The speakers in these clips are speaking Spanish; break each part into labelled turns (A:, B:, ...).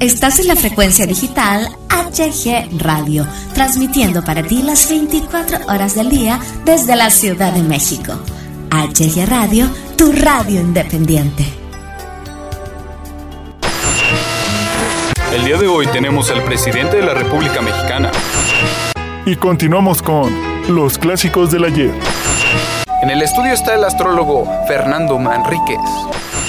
A: Estás en la frecuencia digital HG Radio, transmitiendo para ti las 24 horas del día desde la Ciudad de México. HG Radio, tu radio independiente.
B: El día de hoy tenemos al presidente de la República Mexicana.
C: Y continuamos con los clásicos del ayer.
B: En el estudio está el astrólogo Fernando Manríquez.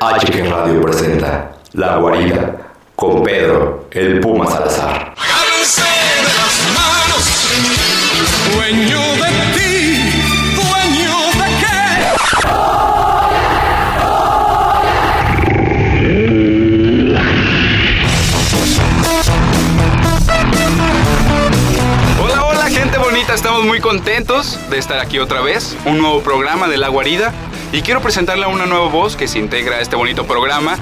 D: HG Radio presenta La Guarida con Pedro, el Puma Salazar.
E: Agárrense de las manos, dueño de ti, dueño de qué.
B: Hola, hola, gente bonita. Estamos muy contentos de estar aquí otra vez. Un nuevo programa de La Guarida. Y quiero presentarle a una nueva voz que se integra a este bonito programa.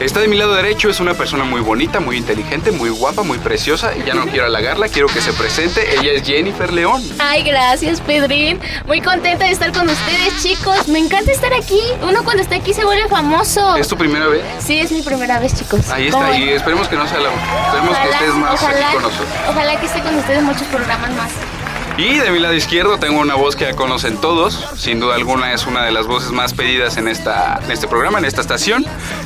B: Está de mi lado derecho, es una persona muy bonita, muy inteligente, muy guapa, muy preciosa. Y ya no quiero halagarla, quiero que se presente. Ella es Jennifer León.
F: Ay, gracias, Pedrín. Muy contenta de estar con ustedes, chicos. Me encanta estar aquí. Uno cuando está aquí se vuelve famoso.
B: ¿Es tu primera vez?
F: Sí, es mi primera vez, chicos.
B: Ahí está,
F: ¿Cómo
B: y
F: ven?
B: esperemos que no sea la última. Esperemos que estés más
F: ojalá,
B: aquí con nosotros.
F: ojalá que esté con ustedes en muchos programas más.
B: Y de mi lado izquierdo tengo una voz que ya conocen todos, sin duda alguna es una de las voces más pedidas en, esta, en este programa, en esta estación,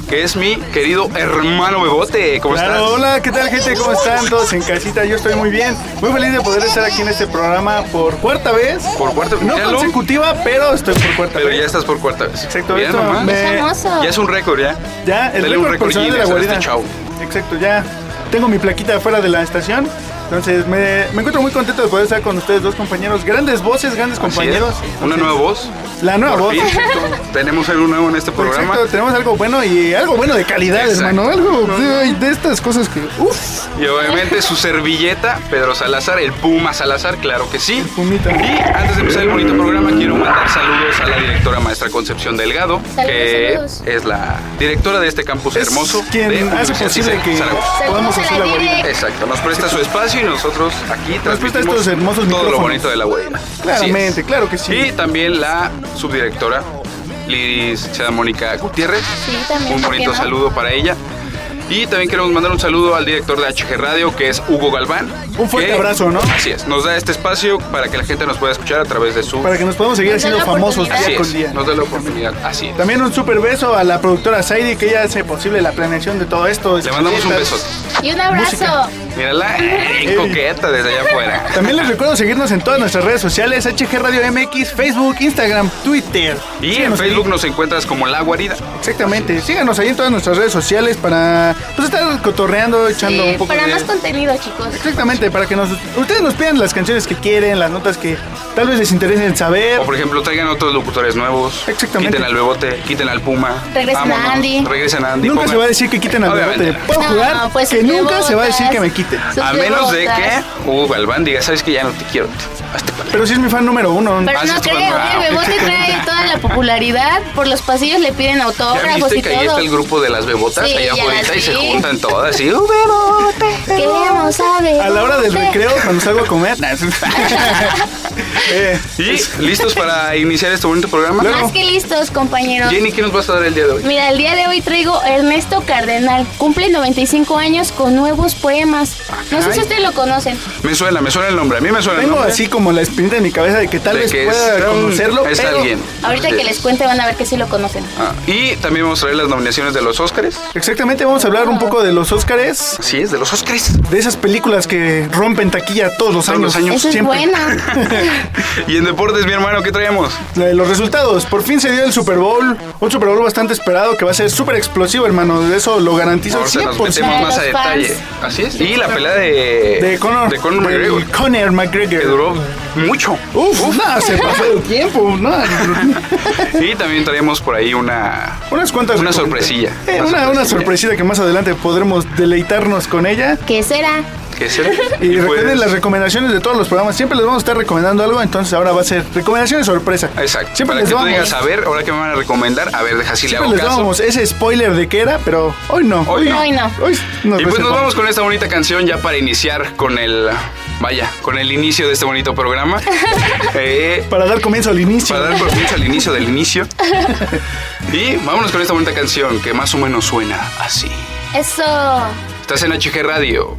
B: que es mi querido hermano Bebote. ¿Cómo
G: Claro,
B: estás?
G: hola, ¿qué tal gente? ¿Cómo están todos en casita? Yo estoy muy bien. Muy feliz de poder estar aquí en este programa por cuarta vez.
B: Por cuarta
G: No
B: míralo,
G: consecutiva, pero estoy por cuarta
B: Pero
G: vez.
B: ya estás por cuarta vez.
G: Exacto,
B: Mira
G: esto
B: nomás.
G: me-
F: Famoso.
B: Eh, Ya es un récord, ya.
G: Ya, el
B: Dale un
G: récord
B: récord
G: personal de la
B: Guinness a este
G: guarida.
B: chavo.
G: Exacto, ya. Tengo mi plaquita afuera de la estación. Entonces me, me encuentro muy contento de poder estar con ustedes dos compañeros. Grandes voces, grandes compañeros.
B: Así es. Una nueva voz.
G: La nueva
B: Por
G: voz.
B: fin. Tenemos algo nuevo en este programa.
G: Pues Exacto, tenemos algo bueno y algo bueno de calidad,
B: Exacto.
G: hermano. Algo de, de estas cosas que. Uf,
B: Y obviamente su servilleta, Pedro Salazar, el Puma Salazar, claro que sí.
G: Pumita.
B: Y antes de empezar el bonito programa, quiero mandar saludos a la directora maestra Concepción Delgado,
F: Saludos,
B: que
F: saludos.
B: es la directora de este campus
G: Es
B: hermoso. de
G: Quien hace
B: Universidad
G: posible
B: Cisel-
G: que
B: Zaragoza.
G: podamos
F: Saludos a
G: hacer la
F: la
G: guarida.
F: Dire.
B: Exacto, nos presta su espacio y nosotros aquí
G: Nos presta
B: transmitimos
G: estos hermosos
B: todo lo
G: micrófonos.
B: bonito de la guarida. Así es.
G: Claramente, claro que sí.
B: Y también la subdirectora Liz Cheda Mónica Gutiérrez.
F: Sí, también,
B: Un
F: ¿por qué
B: bonito
F: no?
B: saludo para ella. Y también queremos mandar un saludo al director de HG Radio, que es Hugo Galván.
G: Un fuerte
B: que-
G: abrazo, ¿no?
B: Así es, nos da este espacio para que la gente nos pueda escuchar a través de su...
G: Para que nos podamos seguir
F: Nos da la
G: haciendo famosos
F: oportunidad.
B: Así
G: día con
B: es,
G: día.
B: nos da la oportunidad, así es.
G: También un super beso a la productora Saidi que ella hace posible la planeación de todo esto. de
B: Le
G: sus
B: mandamos un
G: fiestas.
B: beso.
F: Y un abrazo.
G: Música.
B: Mírala, en
G: Ey.
B: coqueta desde allá afuera.
G: También les recuerdo seguirnos en todas nuestras redes sociales, HG Radio MX, Facebook, Instagram, Twitter.
B: Y en
G: Síganos
B: Facebook
G: ahí.
B: nos encuentras como La Guarida.
G: Exactamente, síganos ahí en todas nuestras redes sociales para pues, estar cotorreando, echando
F: Sí,
G: un poco
F: Eh, para
G: de...
F: más contenido, chicos.
G: Exactamente, para que nos, ustedes nos pidan las canciones que quieren, las notas que tal vez les interesen saber.
B: O por ejemplo, traigan otros locutores nuevos.
G: Exactamente.
B: Quiten al Bebote, quiten al Puma.
F: Regresen a
B: vámonos,
F: Andy.
B: Regresen a Andy.
G: Nunca se
B: pongan-
G: va a decir que quiten al
B: Obviamente.
G: debate. Puedo
F: No,
G: jugar
F: pues,
G: que
F: sus
G: nunca se va a decir
F: bebotas.
G: que me quiten.
F: Sus
B: A menos de que
F: bebotas.
B: Hugo Galván diga, ¿sabes que ya no te quiero? Hazte para allá".
G: Pero si es mi fan número uno.
F: Pero
B: Ah, sí,
F: no
B: estuvo
F: creo,
B: bravo.
F: el Bebote trae toda la popularidad. Por los pasillos le piden
B: ¿Ya viste
F: autógrafos pues, y
B: que ahí está el
F: todo.
B: grupo de las bebotas
F: Sí,
B: allá
F: ya
B: afuera
F: las
B: y se
F: vi.
B: juntan todas? Y, "Uh, bebote!
F: Queremos saber.
G: A la hora del recreo, cuando salgo a comer. Nah, es- Eh,
B: ¿Y listos para iniciar este bonito programa?
F: Más que listos, compañeros.
B: Jenny, ¿qué nos vas a dar el día de hoy?
F: Mira, el día de hoy traigo a Ernesto Cardenal. Cumple 95 años con nuevos poemas. No sé
B: Ah, caray.
F: si ustedes lo conocen.
B: Me suena, me suena el nombre. A mí me suena el
G: tengo
B: nombre.
G: así como la espinita en mi cabeza de que tal
B: de
G: vez
B: que
G: pueda
B: es-
G: conocerlo,
B: es
G: pero-
B: alguien.
F: Ahorita
B: Sí.
F: que les cuente van a ver que sí lo conocen.
B: Ah, y también vamos a traer las nominaciones de los Óscares.
G: Exactamente, vamos a hablar un poco de los Óscares,
B: Así es, de los Óscares.
G: de esas películas que rompen taquilla todos los
B: Todos
G: años.
B: los años.
F: Eso es
G: siempre.
F: buena.
B: Y en deportes, mi hermano, ¿qué traemos?
G: Eh, Los resultados, por fin se dio el Super Bowl, un Super Bowl bastante esperado que va a ser súper explosivo, hermano, de eso lo garantizo al
B: Ahorita nos
G: 100%.
B: metemos más a
F: Para los fans.
B: detalle. Así es. Y la pelea de,
G: De Conor,
B: de Conor
G: del
B: McGregor,
G: Conor McGregor.
B: que duró mucho.
G: Uf, no, se pasó el tiempo, no.
B: Y también traemos por ahí una...
G: Unas cuantas.
B: Una sorpresilla.
G: Eh, una, una
B: Una
G: sorpresilla.
B: sorpresilla
G: que más adelante podremos deleitarnos con ella.
F: ¿Qué será?
B: ¿Qué es el-
G: Y, recuerden
B: pues-
G: las recomendaciones de todos los programas. Siempre les vamos a estar recomendando algo, entonces ahora va a ser recomendaciones sorpresa.
B: Exacto.
G: Siempre
B: Para
G: les
B: que tú
G: vamos.
B: digas, a ver, ahora que me van a recomendar, a ver, deja si le
G: Siempre
B: hago
G: les
B: caso.
G: dábamos ese spoiler de qué era, pero hoy no.
B: Hoy no.
F: Hoy no.
G: Hoy nos
B: Y pues nos
G: reservamos.
B: vamos con esta bonita canción ya para iniciar con el... Vaya, con el inicio de este bonito programa. Eh,
G: Para dar comienzo al inicio.
B: para dar por fin al inicio del inicio. Y vámonos con esta bonita canción que más o menos suena así.
F: Eso.
B: Estás en HG Radio.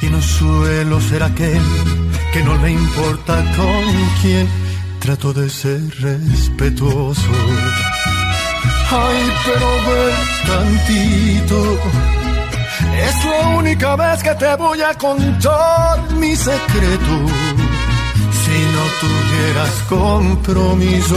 H: Y no suelo ser aquel que no le importa con quién. Trato de ser respetuoso. Ay, pero ven tantito. Es la única vez que te voy a contar mi secreto. Si no tuvieras compromiso,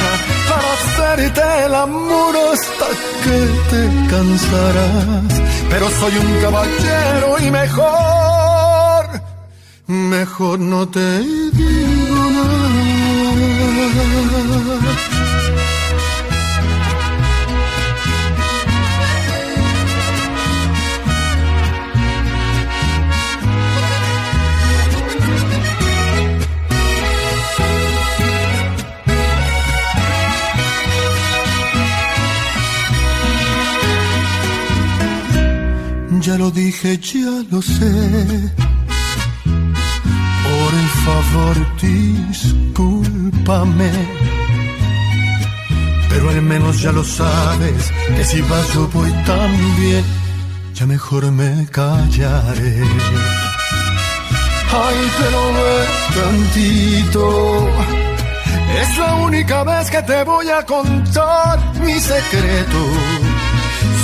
H: para hacerte el amor hasta que te cansarás. Pero soy un caballero y mejor, mejor no te digo nada. Ya lo dije, ya lo sé. Por el favor, discúlpame. Pero al menos ya lo sabes, que si vas yo voy también. Ya mejor me callaré. Ay, pero ve tantito. Es la única vez que te voy a contar mi secreto.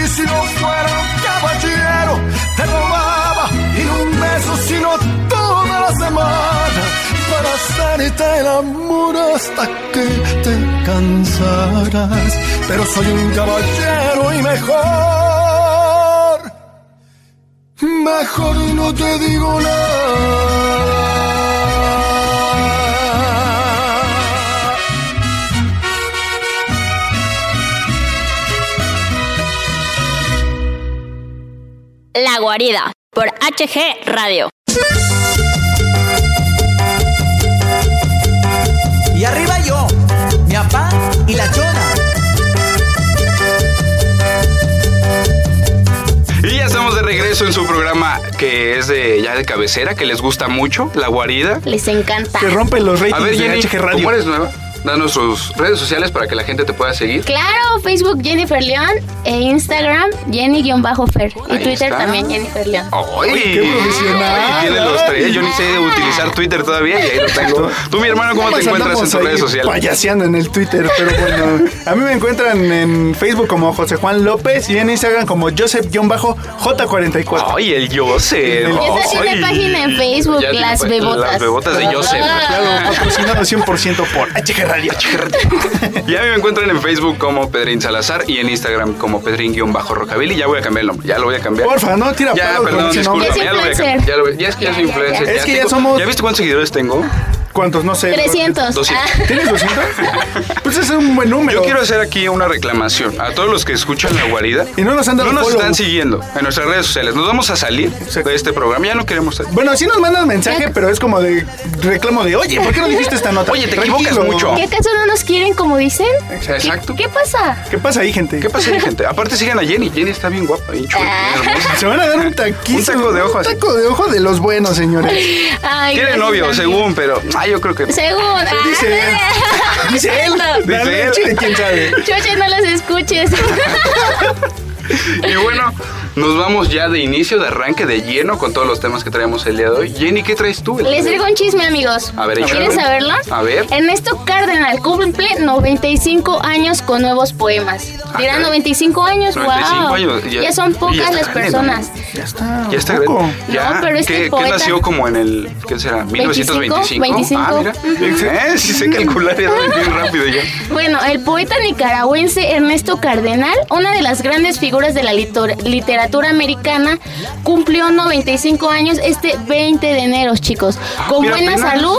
H: Y si no fuera un caballero, te robaba y no un beso, sino toda la semana para hacerte el amor hasta que te cansarás. Pero soy un caballero y mejor, mejor no te digo nada.
I: La guarida por HG Radio.
J: Y arriba yo, mi papá y la chona.
B: Y ya estamos de regreso en su programa que es de ya de cabecera, que les gusta mucho, La Guarida.
F: Les encanta.
G: Que rompen los
B: A
G: ratings
B: ver,
G: de
B: Jenny,
G: HG
B: ¿cómo
G: Radio.
B: eres nueva? danos sus redes sociales para que la gente te pueda seguir.
F: Claro, Facebook Jennifer León e Instagram Jenny-Fer. Y
B: Ahí
F: Twitter
B: está.
F: también Jennifer León.
B: ¡Ay!
G: qué profesional.
B: Ay, tiene los tres. Yo ni sé utilizar Twitter todavía y ahí lo tengo. Tú, mi hermano, ¿cómo te
G: Pues
B: encuentras en
G: andamos
B: tus
G: ahí
B: redes sociales?
G: Payaseando en el Twitter, pero bueno. A mí me encuentran en Facebook como José Juan López y en Instagram como Joseph-J44.
B: ¡Ay, el Joseph!
G: Y
F: esa tiene
B: Ay.
F: página en Facebook,
B: Ya tiene
F: Las
B: pa-
F: Bebotas. Ah.
B: Las Bebotas de Joseph.
G: Claro, patrocinado 100% por HG Radio.
B: Y a mí me encuentran en Facebook como Pedrín Salazar y en Instagram como Pedrín-Rockabilly. Ya voy a cambiar el nombre, ya lo voy a cambiar.
G: Porfa, no tira
B: ya,
G: palo con
B: perdón,
G: ese nombre.
B: disculpa, ya lo voy a cambiar. Ya, lo voy- ya es que ya soy
F: Ya, ya, ya.
B: influencer.
G: Es que ya
B: tengo-
G: somos-
B: ¿Ya viste cuántos seguidores tengo?
G: ¿Cuántos? No sé.
F: 300.
B: 200.
F: Ah.
G: ¿Tienes 200? Pues ese es un buen número.
B: Yo quiero hacer aquí una reclamación a todos los que escuchan la guarida.
G: Y no nos han dado follow.
B: están siguiendo en nuestras redes sociales. Nos vamos a salir
G: Exacto.
B: de este programa. Ya no queremos.
G: Bueno, sí nos mandan mensaje, pero es como de reclamo de, oye, ¿por qué no dijiste esta nota?
B: Oye, te
G: Tranquilo.
B: equivocas mucho.
F: ¿Qué acaso no nos quieren como dicen?
B: Exacto.
F: ¿Qué pasa?
G: ¿Qué pasa ahí, gente?
B: ¿Qué pasa, ahí, gente? Aparte, sigan a Jenny. Jenny está bien guapa, bien chula,
F: Ah.
B: bien hermosa.
G: Se van a dar un taquizo.
B: Un taco de ojo
G: Un
B: así.
G: taco de ojo de los buenos, señores.
F: Ay,
B: Tiene
F: gracias,
B: novio,
F: amigo.
B: según, pero ah, yo creo que.
F: Según.
G: Dice él. Dice él.
B: Dice
G: La
B: él.
G: leche de quién sabe.
F: Choche, no las escuches.
B: Y bueno, nos vamos ya de inicio, de arranque, de lleno con todos los temas que traemos el día de hoy. Jenny, ¿qué traes tú?
F: Les traigo un chisme, amigos.
B: A ver, échale.
F: ¿Quieren saberlo?
B: A ver.
F: Ernesto Cardenal cumple 95 años con nuevos poemas.
B: Ah,
F: Dirán
B: caray.
F: 95 años,
B: 95
F: wow.
B: años, ya-
F: Ya, son
B: ya
F: pocas
B: está
F: las
B: grande,
F: personas.
G: Ya está.
B: Ya está.
G: poco.
B: Ya.
F: No, pero este
B: ¿Qué, qué
F: poeta-
B: nació como en el. ¿Qué será? 1925.
F: 25.
B: Ah, mira. Eh, sí sé calcular ya saben bien rápido ya.
F: Bueno, el poeta nicaragüense Ernesto Cardenal, una de las grandes figuras de la litor- literatura americana, cumplió 95 años este 20 de enero, chicos. Con
B: mira,
F: buena
B: Ah, apenas.
F: salud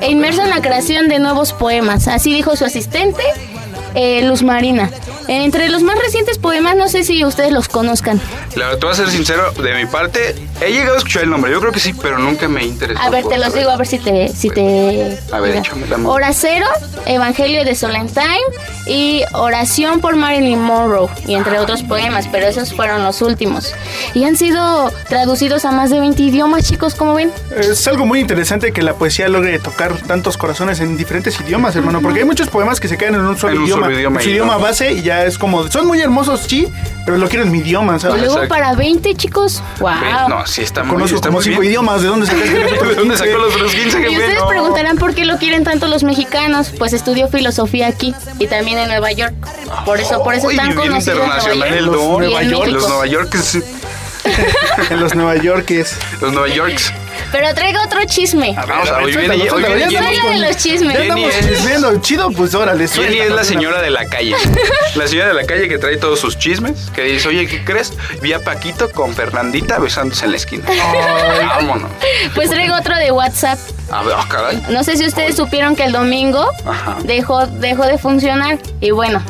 F: e inmerso en la creación de nuevos poemas. Así dijo su asistente. eh, Luz Marina. Entre los más recientes poemas, no sé si ustedes los conozcan.
B: La verdad, te voy a ser sincero, de mi parte, he llegado a escuchar el nombre. Yo creo que sí, pero nunca me interesó.
F: A ver,
B: por
F: te los
B: saber.
F: digo, a ver si te... Si te
B: A ver,
F: mira.
B: échame la mano.
F: Horacero, Evangelio de Solentine y Oración por Marilyn Monroe, y entre otros poemas, pero esos fueron los últimos. Y han sido traducidos a más de 20 idiomas, chicos, como ven.
G: Es algo muy interesante que la poesía logre tocar tantos corazones en diferentes idiomas, hermano, porque hay muchos poemas que se quedan en un solo
B: En un
G: idioma.
B: solo idioma
G: en su
B: y
G: idioma
B: no.
G: base y ya es como, son muy hermosos, sí, pero lo quiero en mi idioma,
F: Y
G: ¿sabes?
F: luego
B: exacto.
F: para 20, chicos, wow.
B: Ve, No, sí está muy,
G: Conozco
B: Ah, está
G: como
B: muy
G: cinco
B: bien.
G: idiomas, ¿de dónde sacaste los otros
B: ¿De dónde
G: quince?
B: sacó los otros 15 que
F: Y ustedes
B: bueno.
F: preguntarán por qué lo quieren tanto los mexicanos. Pues estudió filosofía aquí y también en Nueva York. Por eso, por eso
B: Ay,
F: están
B: bien
F: conocidos en Nueva
B: internacional el
F: York.
B: don.
F: y en México.
B: Los Nueva Yorkers.
G: En los Nueva Yorkes.
B: Los Nueva Yorks.
F: Pero traigo otro chisme.
B: Vamos a
G: ver,
B: hoy viene,
G: suéltalo,
B: hoy viene
G: suéltalo, ya
B: Jenny.
F: Soy la de los chismes.
G: Ya
B: Jenny
G: andamos
B: es-
G: chismeando, chido, pues
B: Jenny
G: órale, suéltalo,
B: es la
G: suéltalo.
B: señora de la calle. La señora de la calle que trae todos sus chismes. Que dice, oye, ¿qué crees? Vi a Paquito con Fernandita besándose en la esquina. Vámonos.
F: Pues traigo otro de WhatsApp.
B: A ver, ah, caray.
F: No sé si ustedes supieron que el domingo
B: Ajá.
F: dejó, dejó de funcionar. Y bueno,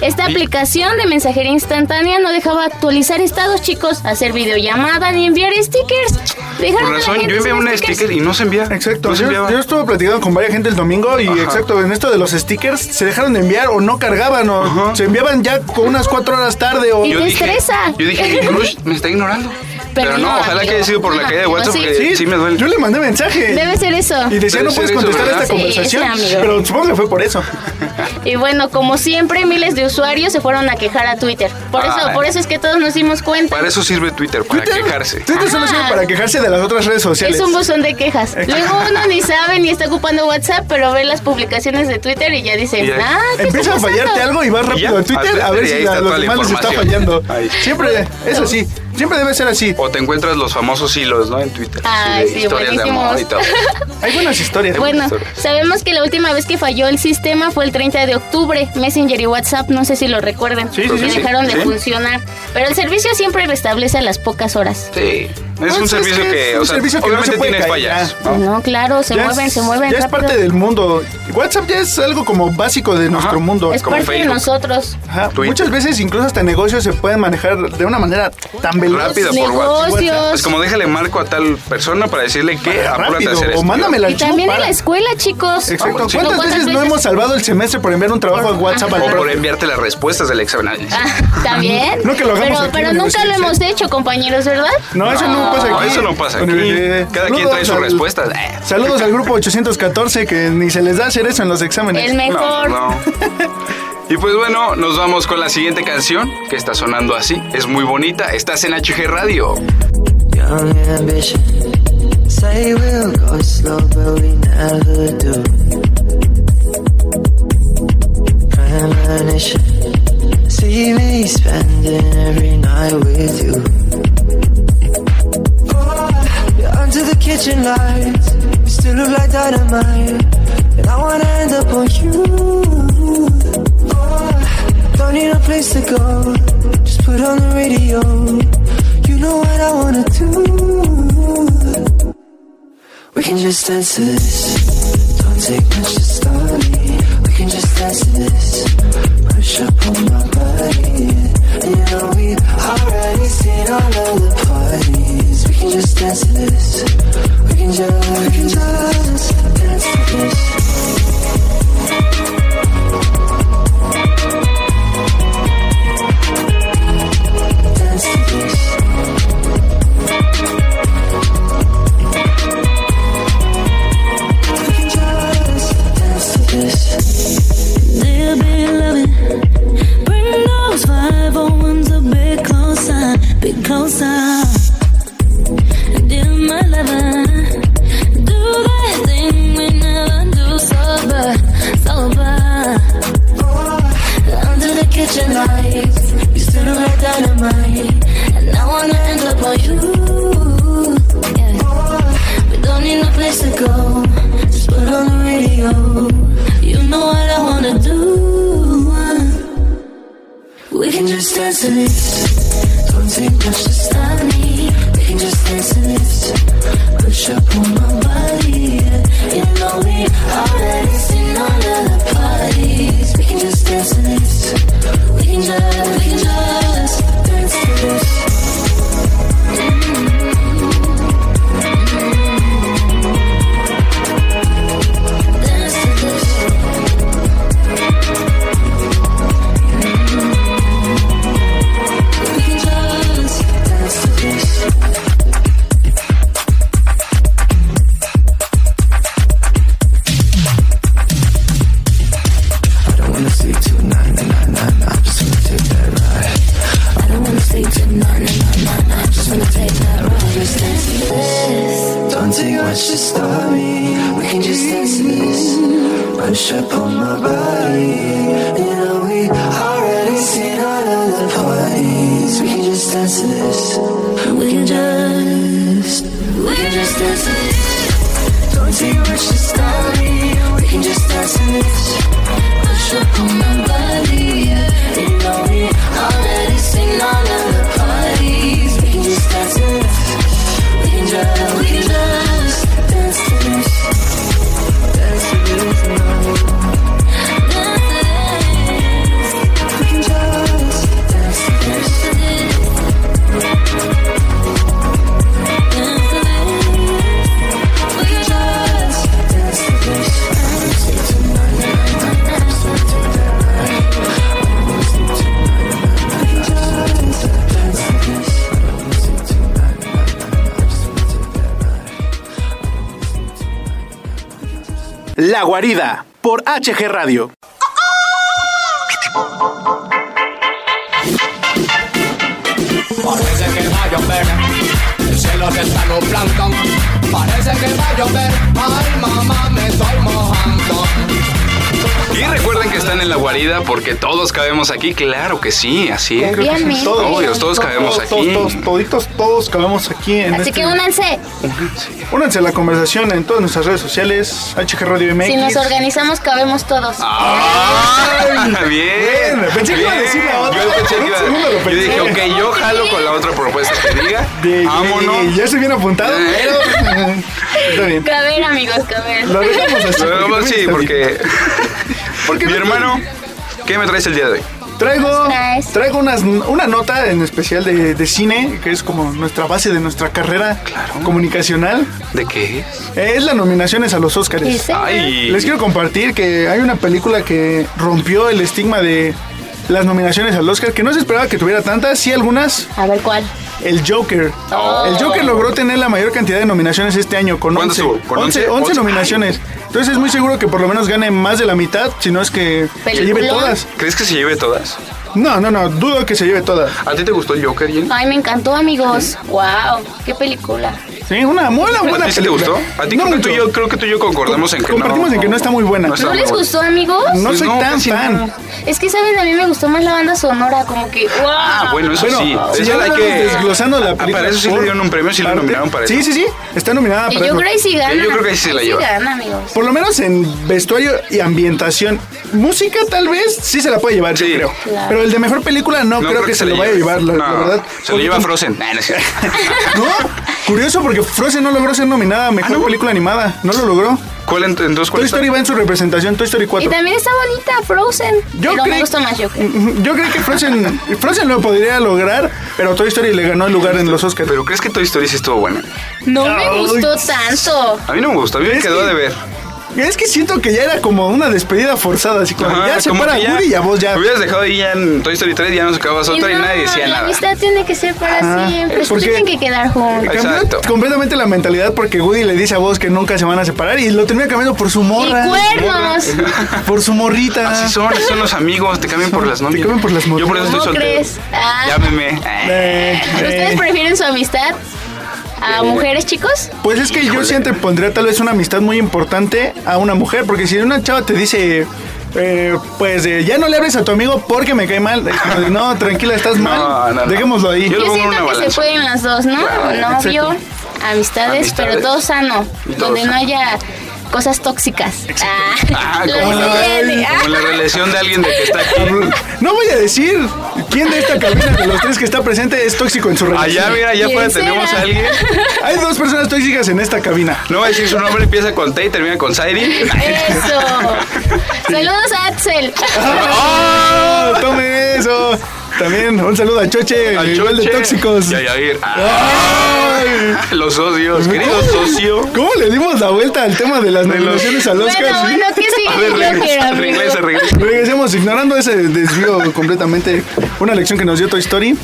F: esta
B: Y-
F: aplicación de mensajería instantánea no dejaba actualizar estados, chicos, hacer videollamada ni enviar stickers. Dejaron
B: Con
F: a la
B: razón,
F: gente
B: yo envié
F: sin
B: un
F: stickers.
B: sticker y no se envía.
G: Exacto,
B: No se
G: yo,
B: enviaba.
G: yo estuve platicando con varias gente el domingo y
B: Pues Ajá.
G: exacto, en esto de los stickers se dejaron de enviar o no cargaban o se enviaban ya con unas cuatro horas tarde o...
F: Y- te
B: dije,
F: estresa.
B: Yo dije, mi crush me está ignorando. Pero,
F: Pero
B: no,
F: no,
B: ojalá
F: amigo.
B: que haya sido por la
F: No,
B: calle de
F: amigo,
B: WhatsApp
F: sí.
B: que eh, sí, me duele.
G: Yo le mandé mensaje.
F: Debe ser eso.
G: Y decía,
B: Debe
G: no puedes
B: ser eso,
G: contestar
B: ¿verdad?
G: esta
F: Sí,
G: conversación.
F: ese amigo.
G: pero supongo que fue por eso.
F: Y bueno, como siempre, miles de usuarios se fueron a quejar a Twitter. Por eso,
B: Ay.
F: por eso es que todos nos dimos cuenta.
B: Para eso sirve Twitter, para quejarse.
G: Twitter solo
F: Ajá.
G: sirve para quejarse de las otras redes sociales.
F: Es un buzón de quejas. Luego uno ni sabe ni está ocupando WhatsApp, pero ve las publicaciones de Twitter y ya dice,
B: Y ya-
F: ah, ¿qué
G: Empieza
F: está
G: a fallarte
F: pasando?".
G: algo y vas
B: Y
G: rápido
B: ya,
G: a Twitter a ver
B: y ahí
G: si
B: está
G: a
B: toda
G: los
B: la
G: demás les está
B: información.
G: fallando.
B: Ahí.
G: Siempre, eso sí, siempre debe ser así.
B: O te encuentras los famosos hilos, ¿no? En Twitter.
F: Ay,
B: así de
F: sí,
B: historias de
F: buenísimos.
B: amor y todo.
G: Hay buenas historias.
F: Bueno,
B: Sorry.
F: sabemos que la última vez que falló el sistema fue el 30 de octubre. Messenger y WhatsApp, no sé si lo recuerden,
B: Sí, sí,
F: que
B: sí, sí.
F: dejaron de
B: Sí.
F: funcionar. Pero el servicio siempre restablece a las pocas horas.
B: Sí. Es
G: Pues
B: un
G: es
B: servicio
G: que es
B: que,
G: un
B: o sea,
G: servicio que no se
B: obviamente
G: puede
B: tienes
G: caer,
B: fallas.
F: No, claro, se
G: Ah. Ya
F: mueven,
G: es-
F: se mueven.
G: Ya es
F: rápido.
G: parte del mundo. WhatsApp ya es algo como básico de nuestro mundo.
F: Es
B: como
F: parte de
B: Facebook.
F: nosotros.
G: Ajá,
B: Twitter.
G: Muchas veces incluso hasta negocios se pueden manejar de una manera tan veloz.
B: Rápida
F: Los
B: por
F: negocios.
B: WhatsApp. Es Pues como déjale marco a tal persona para decirle que apúrate a
G: Rápido,
B: hacer esto.
G: o mándamela
F: Y
G: al chivo,
F: también en
G: para.
F: la escuela, chicos.
G: Exacto.
F: No,
G: ¿Cuántas veces no hemos salvado el semestre por enviar un trabajo a WhatsApp al
B: O por
G: profe?
B: enviarte las respuestas del examen.
F: Ah, También.
G: No que lo hagamos
F: pero
G: aquí
F: pero
G: en la
F: nunca lo
G: universidad.
F: hemos hecho, compañeros, ¿verdad?
G: No, eso no. pasa aquí.
B: eso no pasa aquí.
G: Universidad.
B: Cada quien trae sus
G: al-
B: respuestas. Eh.
G: Saludos al grupo 814 que ni se les da hacer eso en los exámenes.
F: El mejor.
B: No, no. Y pues bueno, nos vamos con la siguiente canción que está sonando así. Es muy bonita. Estás en HG Radio.
K: Young ambition. Say we'll go slow, but we never do. Premonition. See me spending every night with you. Oh, you're under the kitchen lights. You still look like dynamite. And I wanna end up on you. Oh, don't need a place to go. Just put on the radio. You know what I wanna do. We can just dance to this. Don't take much to start me. We can just dance to this. Push up on my body. And you know we already seen all of the parties. We can just dance to this. We can just, we can just dance to this. Dance to this. We can just dance to this.
J: Dear beloved, bring those 501s a bit closer, bit closer. Dear my lover, do that thing we never do sober, sober.
K: Under the kitchen lights, you stood up like dynamite, and I wanna end up on you. Yeah. We don't need no place to go, just put on the radio. You know what I wanna do. We can just dance to this. Don't take much to stop me. We can just dance to this. Push up on my body. yeah. You know we already seen all of the parties. We can just dance to this. We can just, we can just dance Mm-hmm. to this. Dance to this. We can just dance to this. I don't wanna sleep till nine, nine, nine, nine. I just wanna take that ride. I don't wanna sleep till nine, nine, nine, nine. I just wanna take that ride. Just dance to this. Don't take much to stop me. We can just dance to this. Push up on my body. You know we already seen all of the parties. We can just dance to this. We can just, we can just dance to this. Don't take much to stop me. We can just dance to this. Push up on my body, yeah. You know we already seen all of the parties. We can just dance to this. We can just, we can just dance to this. Dance to this now. We can just dance to this. We can just dance to this.
G: La Guarida por HG Radio.
L: Parece que va a llover, el cielo se está nublando. Parece que va a llover, ay mamá, me estoy mojando.
B: Y recuerden que están en la guarida porque todos cabemos aquí. Claro que sí, así es.
F: Obviamente.
G: Todos,
B: Obvio, todos cabemos
G: todos,
B: aquí.
G: Todos, todos, toditos, todos cabemos aquí. En
F: Así
G: este-
F: que únanse.
G: Únanse a la conversación en todas nuestras redes sociales. HG Radio MX.
F: Si nos organizamos, cabemos todos.
G: Ah.
B: ¡Ay! Ah, Bien.
G: Bien, pensé que iba a
B: Bien.
G: decir la otra.
B: Yo pensé que iba
G: Un segundo lo
B: Yo dije,
G: pensé.
B: ok, yo jalo con la otra propuesta que diga.
G: De-
B: Vámonos. eh.
G: Ya estoy bien apuntado, pero. Está bien.
F: Caber, amigos, caber.
G: Lo dejamos así.
B: Luego,
G: porque
B: sí,
G: también está bien.
B: porque.
G: Porque
B: Mi
G: no-
B: hermano, ¿qué me traes el día de hoy?
G: Traigo,
F: Nice.
G: traigo unas- una nota en especial de, de cine, que es como nuestra base de nuestra carrera comunicacional.
B: ¿De qué es?
G: Eh, Es las nominaciones a los Óscares.
F: Sí, sí.
B: Ay.
G: Les quiero compartir que hay una película que rompió el estigma de las nominaciones al Oscar, que no se esperaba que tuviera tantas, sí algunas.
F: A ver cuál.
G: El Joker. El Joker logró tener la mayor cantidad de nominaciones este año, con
B: ¿Cuántas
G: 11.
B: tuvo? Oh. ¿Con
G: 11,
B: 11?
G: 11 nominaciones. Entonces es muy seguro que por lo menos gane más de la mitad, si no es que se lleve
F: Peliculón.
G: todas.
B: ¿Crees que se lleve todas?
G: No, no, no, dudo que se lleve todas.
B: ¿A ti te gustó el Joker, Jen?
F: Ay, me encantó, amigos. Wow, qué película.
G: Sí, una buena, buena
B: ¿A ti sí te
G: película.
B: gustó? A ti creo, que
G: No mucho.
B: tú y yo, creo que tú y yo concordamos en que
G: Compartimos
B: no.
G: en que no está muy buena.
B: No está
F: ¿No
B: muy
F: les
B: buena.
F: gustó, amigos?
G: No
B: Pues
G: soy
B: no,
G: tan
B: casi
G: fan.
B: no.
F: Es que, ¿saben? A mí me gustó más la banda sonora, como que wow.
B: Ah, bueno, eso
G: Bueno,
B: sí.
G: si
B: Eso
G: ya
B: hay
G: vamos
B: que-
G: desglosando la
B: Ah,
G: película.
B: Para eso sí
G: por
B: le dieron un premio, sí le
G: parte.
B: nominaron para
G: Sí,
B: eso.
G: sí, sí. Está nominada
F: Y
G: para
F: yo
G: eso.
F: creo que sí gana.
B: Yo creo que sí se la lleva.
F: Sí gana, amigos.
G: Por lo menos en vestuario y ambientación. Música, tal vez, sí se la puede llevar,
B: Sí.
G: yo creo.
F: Claro.
G: Pero el de mejor película no, creo, que, se, lo
B: la
G: vaya a
B: lleve.
G: llevar, la, la
B: No,
G: verdad.
B: Se lo lleva
G: Porque-
B: Frozen. Nah, no es cierto.
G: No, curioso porque Frozen no logró ser nominada a mejor
B: ¿Ah, no?
G: película animada. No lo logró.
B: ¿Cuál ent- entonces cuál
G: Toy
B: está?
G: Story va en su representación, Toy Story 4.
F: Y también está bonita, Frozen.
G: Yo
F: pero
G: creo-
F: me gustó más, yo creo.
G: Yo creo que Frozen, Frozen lo podría lograr, pero Toy Story le ganó el lugar en los Oscars.
B: Pero ¿crees que Toy Story sí estuvo buena?
F: No me gustó tanto.
B: A mí no me gustó, a mí me
G: Es
B: quedó
G: que-
B: de ver.
G: Es que siento que ya era como una despedida forzada, así como
B: Ajá,
G: ya se
B: como
G: para
B: que ya-
G: Guri y a vos ya.
B: Me hubieras dejado ahí ya en Toy Story 3, ya nos acabas otra y
F: no,
B: nadie decía
F: La
B: nada.
F: amistad tiene que ser para
G: Ah,
F: siempre. Pues
G: ¿por qué?
F: Tienen que quedar juntos.
G: Cambió
B: Exacto.
G: completamente la mentalidad porque Woody le dice a vos que nunca se van a separar y lo termina cambiando por su
F: Y
G: morra.
F: cuernos.
G: Por su morrita.
B: Así son, así son los amigos, te cambian por las
G: Te
B: novias.
G: cambian por las
B: Yo por eso
G: novias.
B: estoy
F: ¿Cómo
B: soltero.
F: crees? Ah.
B: Llámeme. Eh,
G: Eh,
F: ¿Ustedes
G: eh.
F: prefieren su amistad a mujeres, chicos?
G: Pues es que yo
B: Híjole.
G: siempre pondría tal vez una amistad muy importante a una mujer, porque si una chava te dice, eh, pues eh, ya no le hables a tu amigo porque me cae mal, es como de, no, tranquila, estás mal,
B: no, no.
G: dejémoslo ahí.
B: Yo
F: Yo,
B: le pongo
F: siento
B: una
F: que se
B: balanza.
F: pueden las dos, ¿no? Novio, amistades,
B: Amistades.
F: pero todo sano,
B: Y todo
F: donde no
B: sano.
F: haya cosas tóxicas.
B: Ah,
F: lo Ah,
B: como la,
F: entiende.
B: como la relación de alguien de que está aquí.
G: No voy a decir quién de esta cabina de los tres que está presente es tóxico en su relación.
B: Allá, mira, allá afuera
F: ¿Quién
B: tenemos a
F: será?
B: alguien.
G: Hay dos personas tóxicas en esta cabina.
B: No va a decir su nombre, empieza con T y termina con Zairi.
F: Eso. Saludos a Axel.
B: Ah,
G: ¡Oh! ¡Tome eso! También un saludo a Choche,
B: Al
G: igual de
B: Choche
G: tóxicos.
B: Y a Yair. Ay, Los socios, querido socio.
G: ¿Cómo le dimos la vuelta al tema de las nominaciones al Oscar?
F: Bueno, bueno, ¿qué
B: A
F: sigue
B: ver,
F: el Joker,
B: regresa,
F: amigo?
B: regresa, regresa.
G: Regresemos ignorando ese desvío completamente. Una lección que nos dio Toy Story.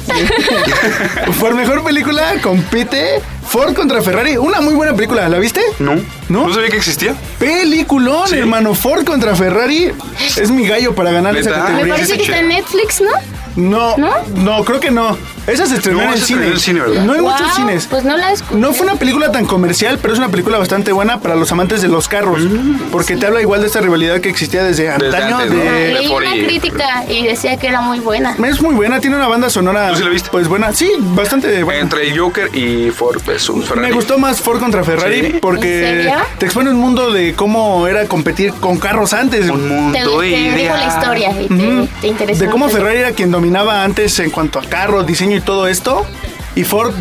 G: Por mejor película compite Ford contra Ferrari. Una muy buena película, ¿la viste?
B: No,
G: ¿No?
B: no sabía que existía.
G: Peliculón, hermano. Ford contra Ferrari es mi gallo para ganar esa
B: ¿Neta?
F: Me
G: categoría.
F: parece que está en Netflix, ¿no?
G: No, no,
F: ¿No?
G: creo que no. Esa se estrenó
B: No,
G: en el
B: esa se estrenó
G: cine.
B: en el cine, ¿verdad?
G: No hay
F: Wow,
G: muchos cines.
F: Pues no la
B: Eh,
F: escuché.
G: No fue una película tan comercial, pero es una película bastante buena para los amantes de los carros. porque te habla igual de esta rivalidad que existía desde
B: Desde
G: antaño.
B: antes, ¿no?
G: de-
B: Eh,
F: Leí
B: por
F: una
B: ahí.
F: crítica y decía que era muy buena.
G: Es muy buena, tiene una banda sonora.
B: ¿Tú sí la viste?
G: Pues buena, sí, bastante buena.
B: Entre el Joker y Ford versus Ferrari.
G: Me gustó más Ford contra Ferrari
B: ¿Sí?
F: ¿En
G: porque
F: serio?
G: te expone un mundo de cómo era competir con carros antes.
B: Un
F: Te,
B: mundo
F: te dijo la
B: ideal.
F: historia y te,
G: Ujú.
F: te interesó.
G: De cómo
F: mucho.
G: Ferrari era quien dominaba antes en cuanto a carros, diseño y todo esto. Y Ford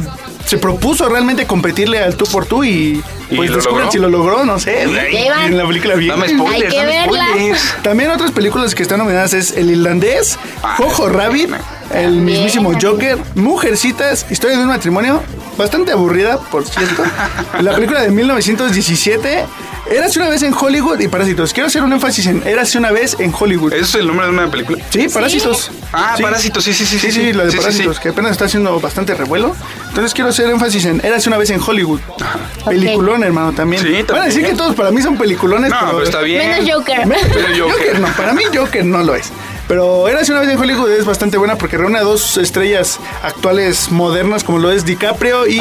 G: se propuso realmente competirle al tú por tú y
B: ¿Y
G: pues
B: lo
G: descubren
B: logró?
G: si lo logró, no sé.
F: Ya iban.
G: en la película bien.
B: Dame
F: Hay
B: spoilers,
F: que
B: dame
F: verla.
B: spoilers.
G: También otras películas que están nominadas es El Irlandés,
B: Ah,
G: Jojo
B: sí,
G: Rabbit, el mismísimo Joker, Mujercitas, Historia de un matrimonio, bastante aburrida, por cierto. la película de 1917, Érase una vez en Hollywood y Parásitos. Quiero hacer un énfasis en Érase una vez en Hollywood.
B: ¿Eso es el nombre de una película?
G: Sí, Parásitos.
B: Eh, Ah,
G: Sí.
B: Parásitos, sí, sí, sí.
G: Sí, sí, la de
B: sí,
G: Parásitos, que apenas está haciendo bastante revuelo. Entonces quiero hacer énfasis en Érase una vez en Hollywood. Peliculón, hermano, también.
B: Sí, también.
G: Van a decir que todos para mí son peliculones,
B: No,
G: pero
B: pero está bien.
F: Menos Joker.
B: Pero Joker.
G: Joker no, para mí Joker no lo es. Pero Érase una vez en Hollywood es bastante buena porque reúne a dos estrellas actuales modernas como lo es DiCaprio y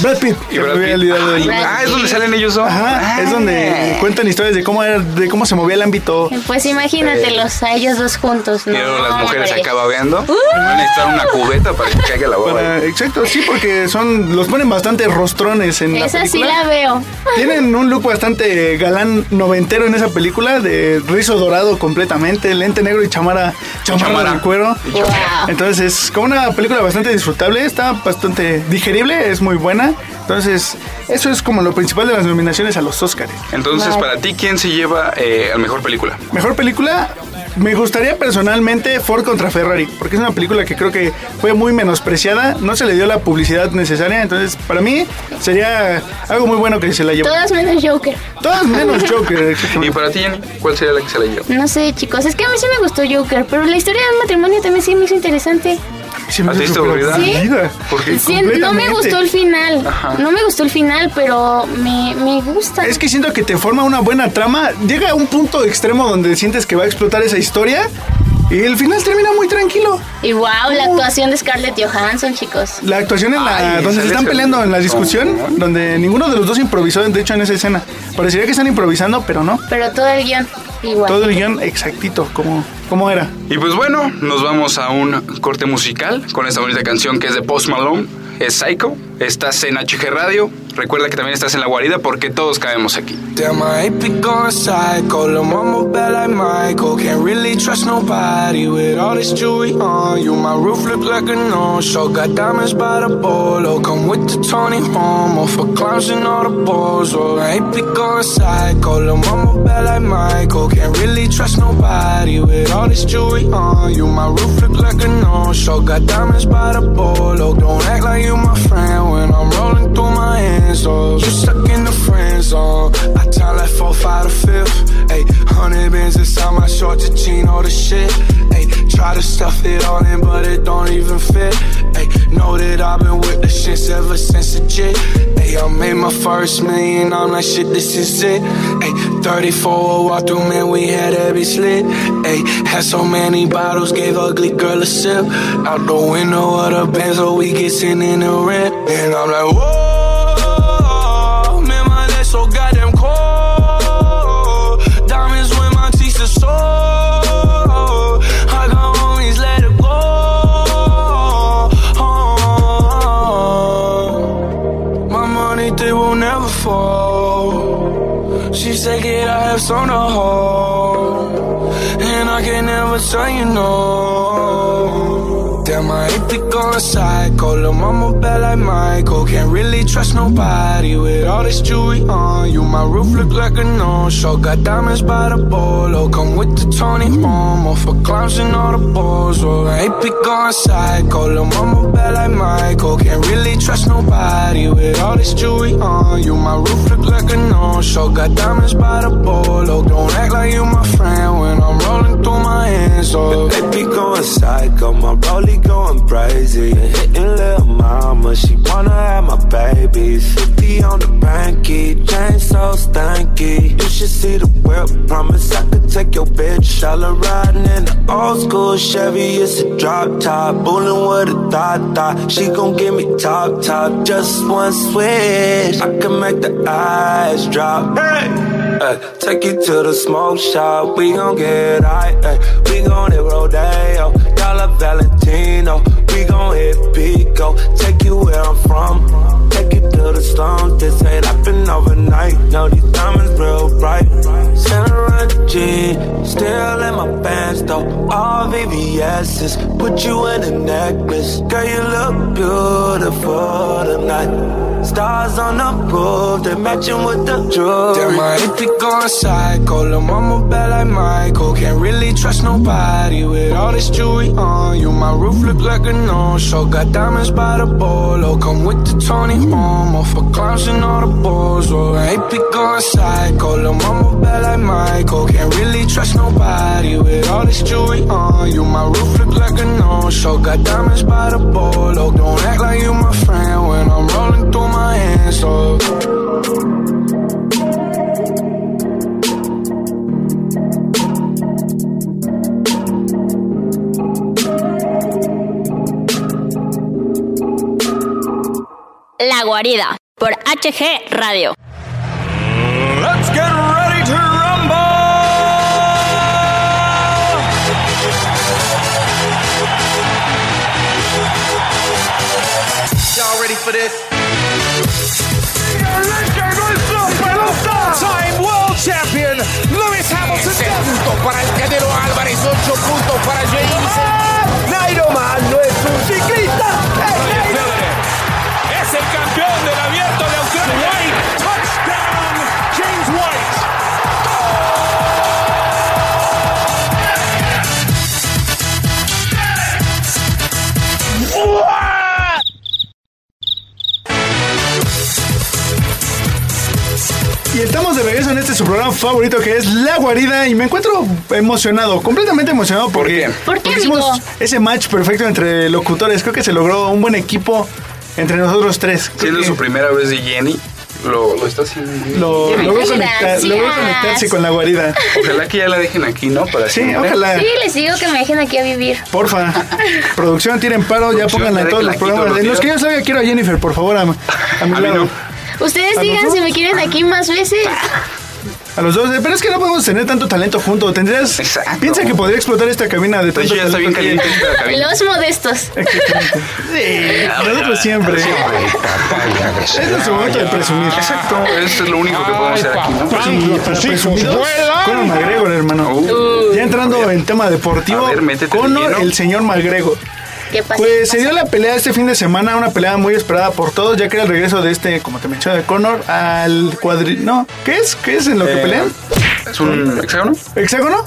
G: Brad Pitt.
B: Ah. Y
G: que me
B: Brad
G: había
B: Pitt.
G: olvidado de él.
B: Ay, Ah, es donde salen ellos dos.
G: Ajá,
B: Ah.
G: es donde cuentan historias de cómo era, de cómo se movía el ámbito.
F: Pues
G: Eh,
F: imagínatelos a ellos dos juntos, ¿no? Uh.
B: Pero las mujeres
F: hombre.
B: acá babeando. Van a necesitar una cubeta para que caiga la baba.
G: Para- exacto, sí, porque son los ponen bastante rostrones en la
F: Esa sí
G: película.
F: la veo.
G: Tienen un look bastante galán noventero en esa película, de rizo dorado completamente, lente negro y chamara, chamara,
B: Chamara.
G: de cuero.
F: Wow.
G: Entonces, como una película bastante disfrutable, está bastante digerible, es muy buena. Entonces, eso es como lo principal de las nominaciones a los Oscars.
B: Entonces,
F: Vale.
B: para ti, ¿quién se lleva eh, la mejor película?
G: Mejor película, Me gustaría personalmente Ford contra Ferrari, porque es una película que creo que fue muy menospreciada, no se le dio la publicidad necesaria, entonces para mí sería algo muy bueno que se la lleve.
F: Todas menos Joker.
G: Todas menos Joker.
B: ¿Y para ti, Jenny? ¿Cuál sería la que se la lleva?
F: No sé, chicos, es que a mí sí me gustó Joker, pero la historia del matrimonio también sí me hizo interesante.
G: Se me
B: ¿A ti
G: hizo
B: te
G: súper
B: aburrida?
G: aburrida.
B: Porque
F: Sí, no me gustó el final.
G: Ajá.
F: No me gustó el final, pero me, me gusta.
G: Es que siento que te forma una buena trama. Llega a un punto extremo donde sientes que va a explotar esa historia. Y el final termina muy tranquilo.
F: Y wow,
G: uh.
F: la actuación de Scarlett Johansson, chicos.
G: La actuación en la.
B: Ay,
G: donde se
B: sale
G: están
B: ese-
G: peleando en la discusión. Donde ninguno de los dos improvisó, de hecho, en esa escena. Parecería que están improvisando, pero no.
F: Pero todo el guión, igual.
G: Todo el guión exactito, como, como era.
B: Y pues bueno, nos vamos a un corte musical con esta bonita canción que es de Post Malone, es Psycho, estás en HG Radio, recuerda que también estás en la guarida porque todos caemos aquí.
E: Damn, I ain't be going psycho. Lil' mama bad like Michael. Can't really trust nobody with all this jewelry on you. My roof look like a no-show. Got diamonds by the bolo. Come with the Tony Homo for clowns and all the balls. Oh, I ain't be going psycho. Lil' mama bad like Michael. Can't really trust nobody with all this jewelry on you. My roof look like a no-show. Got diamonds by the bolo. Don't act like you my friend when I'm rolling through my hands. Oh, you stuck in the friend zone. I time like four, five, to fifth. Ayy, hundred bins inside my short to chain all the shit. Ayy, try to stuff it all in, but it don't even fit. Ayy, know that I've been with the shits ever since the jit. Ayy, I made my first million, I'm like, shit, this is it. Ayy, 34 walk through, man, we had every slit. Ayy, had so many bottles, gave ugly girl a sip. Out the window of the Benzo, we get sent in the rent. And I'm like, whoa, man, my legs so goddamn cold. Diamonds when my teeth are sold. I got homies, let it go. Uh-huh. My money, they will never fall. She said, Get I have some to hold. And I can never tell you no. Damn, I hate to go psycho. Lil' mama bad like Michael. Can't really trust nobody with all this jewelry on you. My roof look like a no-show. Got diamonds by the bolo. Come with the Tony Momo for clowns and all the balls. Oh, I hate to go psycho. Lil' mama bad like Michael. Can't really trust nobody with all this jewelry on you. My roof look like a no-show. Got diamonds by the bolo. Don't act like you my friend when I'm rolling through my hands. Oh,
M: They be going psycho, my rollie going crazy. And hitting little mama, she wanna have my baby. 50 on the banky, chain so stanky. You should see the whip, promise I could take your bitch. All her riding in the old school Chevy, it's a drop top. Bullin' with a thought thought, she gon' give me top top. Just one switch, I can make the eyes drop. Hey! Ay, take you to the smoke shop, we gon' get high. Ay, we gon' hit Rodeo, Dollar Valentino. We gon' hit Pico, take you where I'm from. Take you to the slums, this ain't happen overnight. No, these diamonds real bright. Santa G, still in my pants though. All VVS's, put you in a necklace. Girl, you look beautiful tonight. Stars on the roof, they matching with the jewelry.
E: Damn, I hate to go psycho. Lil' mama bad like Michael. Can't really trust nobody with all this jewelry on you. My roof look like a no-show. Got diamonds by the bolo. Come with the Tony oh, Momo for clowns and all the balls. Oh, I hate to go psycho. Lil' mama bad like Michael. Can't really trust nobody with all this jewelry on you. My roof look like a no-show. Got diamonds by the bolo. Don't act like you my friend when I'm rolling through my hands. Oh.
I: La Guarida por HG Radio.
E: Let's get ready to rumble! Y'all ready for this?
H: Time World Champion Lewis Hamilton. para el Canelo Álvarez, 8 puntos para James. Ah, Nairo Man no es un ciclista. Es el campeón del abierto de Australia. White. Touchdown, James White.
G: estamos de regreso en este su programa favorito que es La Guarida y me encuentro emocionado, completamente emocionado porque,
F: ¿Por qué,
G: porque hicimos
F: amigo?
G: ese match perfecto entre locutores. Creo que se logró un buen equipo entre nosotros tres. Creo
B: Siendo
G: que
B: su primera vez de Jenny, lo, lo está haciendo bien.
G: lo, logró,
F: Gracias.
G: conectar- logró conectarse con La Guarida.
B: Ojalá que ya la dejen aquí, ¿no? Para
G: Sí,
B: siempre.
G: ojalá.
F: Sí, les digo que me dejen aquí a vivir.
G: Porfa, producción, tiren paro, ya pónganla en
B: ya
G: todos
B: que la
G: los
B: quito
G: programas.
B: los
G: En los
B: días.
G: que yo salga quiero a Jennifer, por favor, a, a mi
B: mí
G: lado.
B: no.
F: Ustedes
G: ¿A Ah,
F: digan si
G: nosotros?
F: me quieren aquí más veces.
G: A los dos, eh, pero es que no podemos tener tanto talento junto. Tendrías.
B: Exacto.
G: Piensa que podría explotar esta cabina de
B: De
G: tanto
B: hecho, ya está bien
G: talento que-
B: caliente esta cabina.
F: Los modestos.
G: Sí, nosotros siempre. Es nuestro momento de presumir.
B: Exacto, eso es lo único que podemos hacer aquí, ¿no?
G: Presumir, para presumidos, Conor McGregor, hermano. Ya entrando en tema deportivo,
B: Uh. A ver, métete de
G: Conor,
B: lleno.
G: el señor McGregor.
F: ¿Qué pasa?
G: Pues se dio la pelea este fin de semana, una pelea muy esperada por todos, ya que era el regreso de este, como te mencioné, de Conor al cuadri... No, ¿qué es? ¿Qué es en lo que
B: Eh,
G: pelean?
B: ¿Es un hexágono?
G: ¿Hexágono?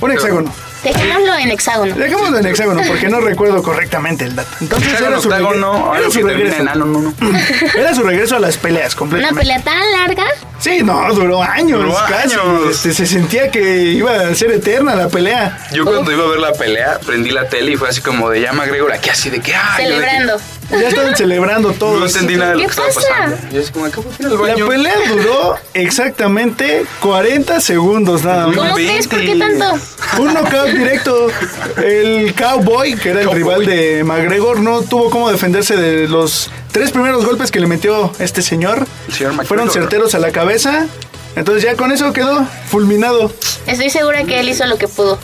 G: Un hexágono.
F: Dejémoslo en hexágono.
G: Dejémoslo en hexágono porque no recuerdo correctamente el dato. Entonces
B: Hexágono,
G: era su, regre-
B: octágono,
G: era
B: algo
G: su
B: que termina
G: regreso.
B: en ano, no, no.
G: Era su regreso a las peleas
F: Una
G: completamente.
F: pelea tan larga.
G: Sí, no, duró años,
B: Duró
G: casi.
B: años.
G: Este, se sentía que iba a ser eterna la pelea.
B: Yo cuando iba a ver la pelea, prendí la tele y fue así como de llama Gregor aquí así de que ay, yo de que-
F: Celebrando.
G: Ya estaban celebrando
B: No
G: todos.
B: entendí nada de lo
F: ¿Qué
B: que estaba
F: pasa?
B: pasando. Yo así como acabo de ir al
G: La
B: baño.
G: pelea duró exactamente 40 segundos nada más.
F: ¿Cómo crees? ¿Por qué tanto?
G: Un knockout directo. El Cowboy, que era el
B: Cowboy.
G: rival de McGregor, no tuvo cómo defenderse de los tres primeros golpes que le metió este señor.
B: El señor McGregor.
G: Fueron certeros a la cabeza. Entonces ya con eso quedó fulminado.
F: Estoy segura que él hizo lo que pudo.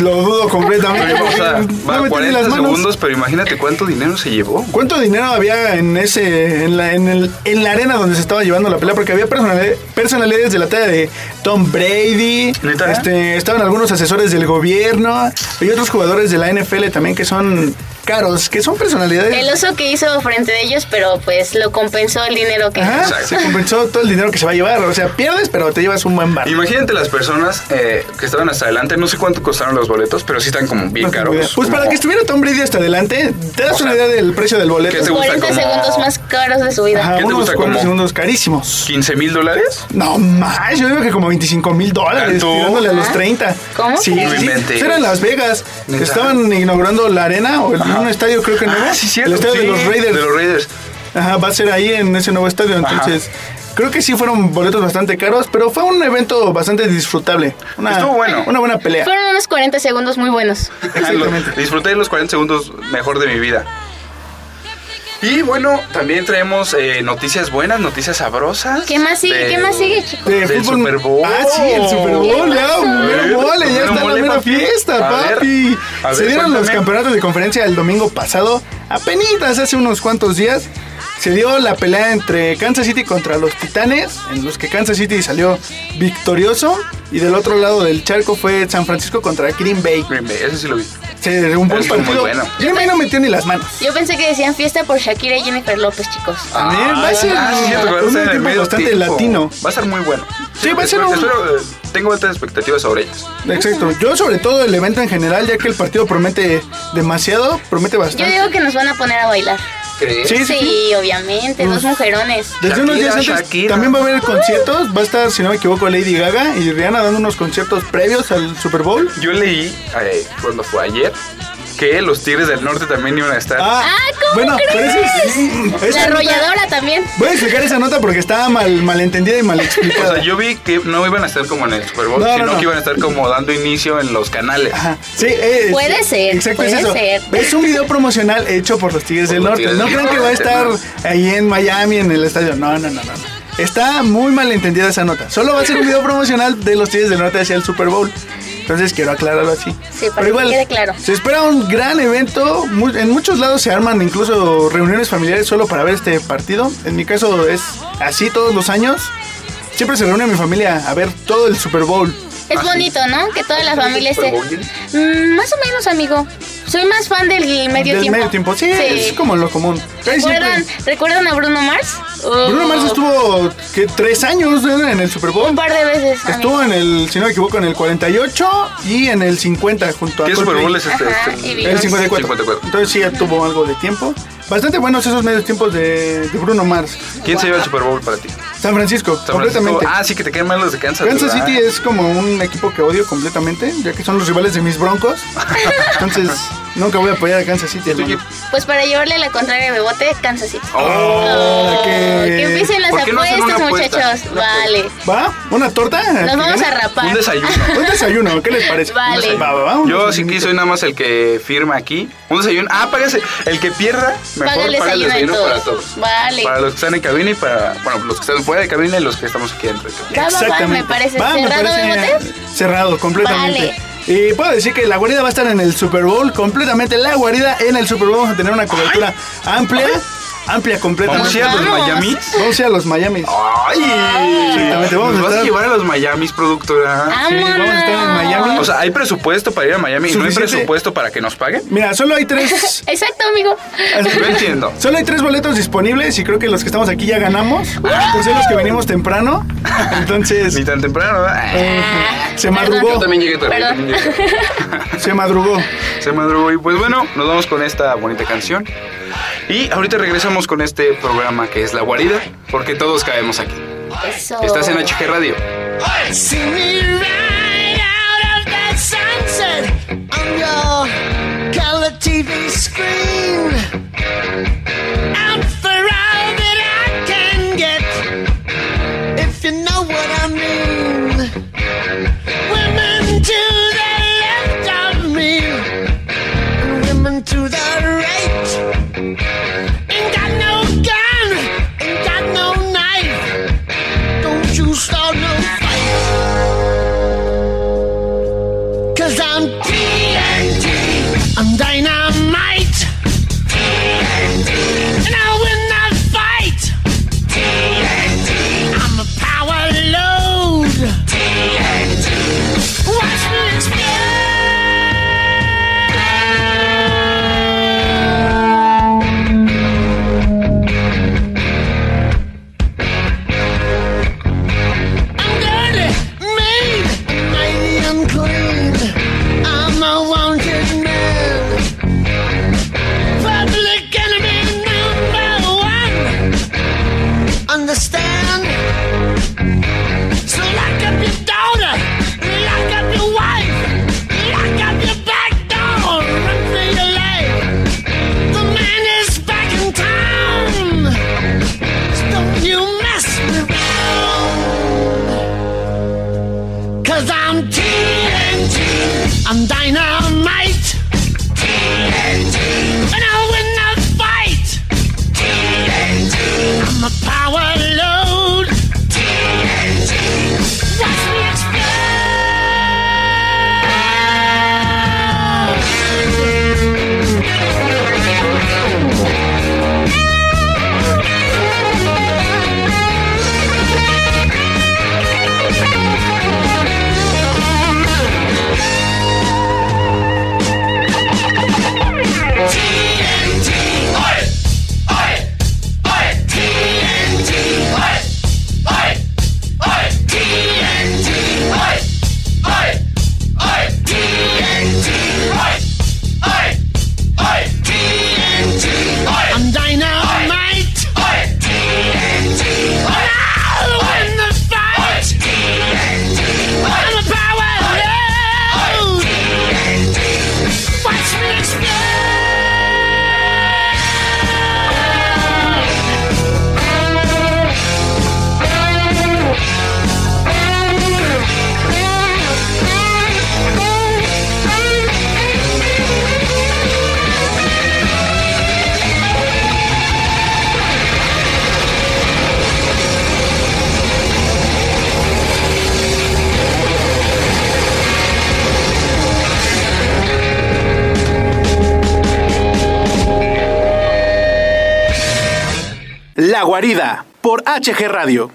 G: Lo dudo completamente.
B: Oye, o sea,
G: No
B: va
G: metí ni
B: 40
G: las manos.
B: segundos, pero imagínate cuánto dinero se llevó.
G: ¿Cuánto dinero había en ese en la, en, el- en la arena donde se estaba llevando la pelea? Porque había personali- personalidades de la talla de Tom Brady,
B: ¿Neta?
G: este, estaban algunos asesores del gobierno y otros jugadores de la NFL también que son caros, que son personalidades.
F: El oso que hizo frente de ellos, pero pues lo compensó el dinero que
G: Ajá,
B: Exacto.
G: se compensó todo el dinero que se va a llevar. O sea, pierdes, pero te llevas un buen bar.
B: Imagínate las personas eh, que estaban hasta adelante, no sé cuánto costaron los boletos, pero sí están como bien
G: No tengo idea.
B: caros.
G: Pues para
B: como-
G: que estuviera Tom Brady hasta adelante, te das
B: O
G: una
B: sea,
G: idea del precio del boleto.
B: ¿qué te gusta
F: 40
B: como-
F: segundos más caros de su vida.
G: Ajá,
B: ¿Qué te
G: unos
B: gusta,
G: cuantos
B: como-
G: segundos carísimos.
B: 15 mil dólares.
G: No más, yo digo que como 25 mil dólares,
B: ¿Tanto?
G: tirándole a los
F: ¿Ah?
G: 30.
F: ¿Cómo
G: Sí,
F: crees?
G: sí,
B: No
G: sí.
B: inventes.
G: Eso era en Las Vegas. que
B: Neta.
G: estaban inaugurando la arena o el-
B: Ajá.
G: un estadio, creo que nuevo.
B: Ah, sí, cierto,
G: El estadio
B: sí,
G: de los Raiders.
B: De los Raiders.
G: Ajá, va a ser ahí en ese nuevo estadio.
B: Ajá.
G: Entonces, creo que sí fueron boletos bastante caros, pero fue un evento bastante disfrutable. Una,
B: Estuvo bueno.
G: Una buena pelea.
F: Fueron unos 40 segundos muy buenos.
B: Ah,
G: Exactamente.
B: lo- disfruté de los 40 segundos mejor de mi vida. Y bueno, también traemos eh, noticias buenas, noticias sabrosas.
F: ¿Qué más sigue?
B: de-
F: ¿Qué más sigue, chicos?
G: De
B: Del Super Bowl.
G: Ah, sí, el Super Bowl. Ya, mero mole, ya
B: Mero
G: está la
B: mole,
G: mera
B: papi.
G: fiesta,
B: A ver,
G: papi.
B: a
G: se
B: ver,
G: dieron los
B: cuéntame.
G: campeonatos de conferencia el domingo pasado, apenas hace unos cuantos días. Se dio la pelea entre Kansas City contra los Titanes, en los que Kansas City salió victorioso. Y del otro lado del charco fue San Francisco contra Green Bay.
B: Green Bay, ese sí lo vi.
G: Se, un buen
B: Estuvo muy
G: partido.
B: bueno.
G: Green Bay no metió ni las manos.
F: Yo pensé que decían fiesta por Shakira y Jennifer López, chicos.
G: También va a ser
B: Ah, sí, cierto, que va a
G: un
B: ser en el
G: equipo
B: medio
G: bastante
B: tiempo.
G: latino.
B: Va a ser muy bueno.
G: Sí, va a ser
B: espero-
G: un-
B: espero, eh, tengo altas expectativas sobre ellos.
G: Exacto. Yo sobre todo el evento en general, ya que el partido promete demasiado, promete bastante.
F: Yo digo que nos van a poner a bailar.
B: ¿Crees?
G: Sí, sí,
F: Sí,
G: sí.
F: obviamente, dos mujerones.
G: Desde unos días
B: Shakira,
G: antes
B: Shakira.
G: también va a haber conciertos. Va a estar, si no me equivoco, Lady Gaga y Rihanna dando unos conciertos previos al Super Bowl.
B: Yo leí eh, cuando fue ayer que los Tigres del Norte también iban a estar.
F: Ah, ¿cómo
G: bueno,
F: crees?
G: pero eso sí, esa nota-
F: La arrolladora también.
G: Voy a explicar esa nota porque estaba mal malentendida y mal
B: O
G: explicada.
B: sea, yo vi que no iban a estar como en el Super Bowl,
G: No, no,
B: sino
G: no.
B: que iban a estar como dando inicio en los canales.
G: Ajá. Sí, eh,
F: Puede
G: sí,
F: ser,
G: Exacto, es
F: puede
G: eso.
F: ser.
G: Es un video promocional hecho por los Tigres
B: Por
G: del
B: los
G: Norte.
B: Tigres
G: No
B: del
G: crean que va a
B: Norte,
G: estar
B: ¿no?
G: ahí en Miami, en el estadio. No, no, no, no. Está muy mal entendida esa nota. Solo va a ser un video promocional de los Tigres del Norte hacia el Super Bowl. Entonces quiero aclararlo así.
F: Sí, para que quede claro.
G: Se espera un gran evento. Mu- En muchos lados se arman incluso reuniones familiares solo para ver este partido. En mi caso es así todos los años. Siempre se reúne mi familia a ver todo el Super Bowl.
F: Es
B: Ah, sí.
F: bonito, ¿no? Que toda la
B: ¿Has
F: familia
B: visto
F: esté.
B: el Super
F: Mm, más o menos, amigo. Soy más fan del medio
G: del
F: tiempo.
G: medio tiempo. Sí, es como lo común. Casi
F: ¿Recuerdan,
G: siempre.
F: ¿Recuerdan a Bruno Mars?
G: Bruno
F: Oh,
G: Mars estuvo ¿qué, tres años ¿no? en el Super Bowl.
F: Un par de veces.
G: Estuvo en el, si no me equivoco, en el 48 y en el 50 junto a
B: ¿Qué Super
G: Coldplay.
B: Bowl es este?
F: Ajá,
B: este?
F: y vi-
G: El 54.
B: 54.
G: Entonces sí, ya tuvo algo de tiempo. Bastante buenos esos medios tiempos de, de Bruno Mars.
B: ¿Quién se lleva el Super Bowl para ti?
G: San Francisco,
B: San Francisco.
G: completamente.
B: Ah, sí, que te quedan mal los de Kansas.
G: Kansas
B: ¿verdad?
G: City es como un equipo que odio completamente, ya que son los rivales de mis broncos. Entonces, nunca voy a apoyar a Kansas City, hermano.
F: Pues para llevarle la contraria a Bebote, Kansas City.
G: Oh,
F: que...
G: que-
F: empiecen las
G: ¿Por qué no hacen
F: apuestas,
G: una apuesta?
F: muchachos. Vale.
G: ¿Va? ¿Una torta?
F: Nos vamos a rapar.
B: Un desayuno.
G: Un desayuno, ¿qué les parece?
F: Vale.
G: Un desayuno. Va, va, va, un
B: Yo sí que soy nada más el que firma aquí. Un desayuno. Ah, págase. El que pierda, mejor
F: Paga el desayuno, de todos.
B: para todos.
F: Vale.
B: Para los que están en cabina y para. Bueno, los que están fuera de cabina y los que estamos aquí dentro. de cabina.
F: Va, va, va,
G: Exactamente.
F: me parece.
G: Va, me
F: ¿Cerrado,
G: parece
F: Bebote?
G: Cerrado, completamente.
F: Vale.
G: Y puedo decir que la guarida va a estar en el Super Bowl, completamente la guarida en el Super Bowl. Vamos a tener una cobertura amplia, amplia, completa.
B: ¿Vamos a ir a los Vamos. Miamis?
G: Vamos a ir a los Miami.
B: ¡Ay!
G: Exactamente, vamos
B: ¿Nos
G: a
B: vas a
G: estar-
B: llevar a los Miamis, productora?
G: Sí, vamos a estar en Miami.
B: O sea, ¿hay presupuesto para ir a Miami y no hay
G: Suficiente.
B: presupuesto para que nos paguen?
G: Mira, solo hay tres.
F: Exacto, amigo.
B: No entiendo.
G: Solo hay tres boletos disponibles y creo que los que estamos aquí ya ganamos. Por ser los que venimos temprano. Entonces.
B: Ni tan temprano, ¿verdad?
G: se Eh, madrugó.
B: Yo también llegué tarde. yo también llegué tarde.
G: Se madrugó.
B: Se madrugó. Y pues bueno, nos vamos con esta bonita canción. Y ahorita regresamos con este programa que es La Guarida, porque todos caemos aquí.
N: Eso.
B: Estás en HG Radio.
N: See me right out of that sunset on your color TV screen. Out for all that I can get, if you know what I mean. Women to the left of me, and women to the right. Ain't got no gun, ain't got no knife. Don't you start no fight. Cause I'm TNT. I'm dynamite. TNT. And I'll win the fight. TNT. I'm a power load. TNT. Watch me explode. I'm dirty, mean, mighty unclean. I'm a wanted man. Public enemy number one. Understand? So lock up your daughter, lock up your wife, lock up your back door, run for your life. The man is back in town. So don't you mess around. Cause I'm TNT. I'm dynamite. TNT. And I'll win the fight. TNT. I'm a power load. TNT. Watch me TNT. Oi! Oi! Oi! TNT. Oi! Oi! Oi! TNT. Oi! Oi! Oi! TNT. Oi! Oi! Oi! TNT. Oi! I'm dynamite. Oi! TNT. Oi! I'll win the fight. TNT. I'm a power load. TNT. Watch me
G: La guarida por HG Radio.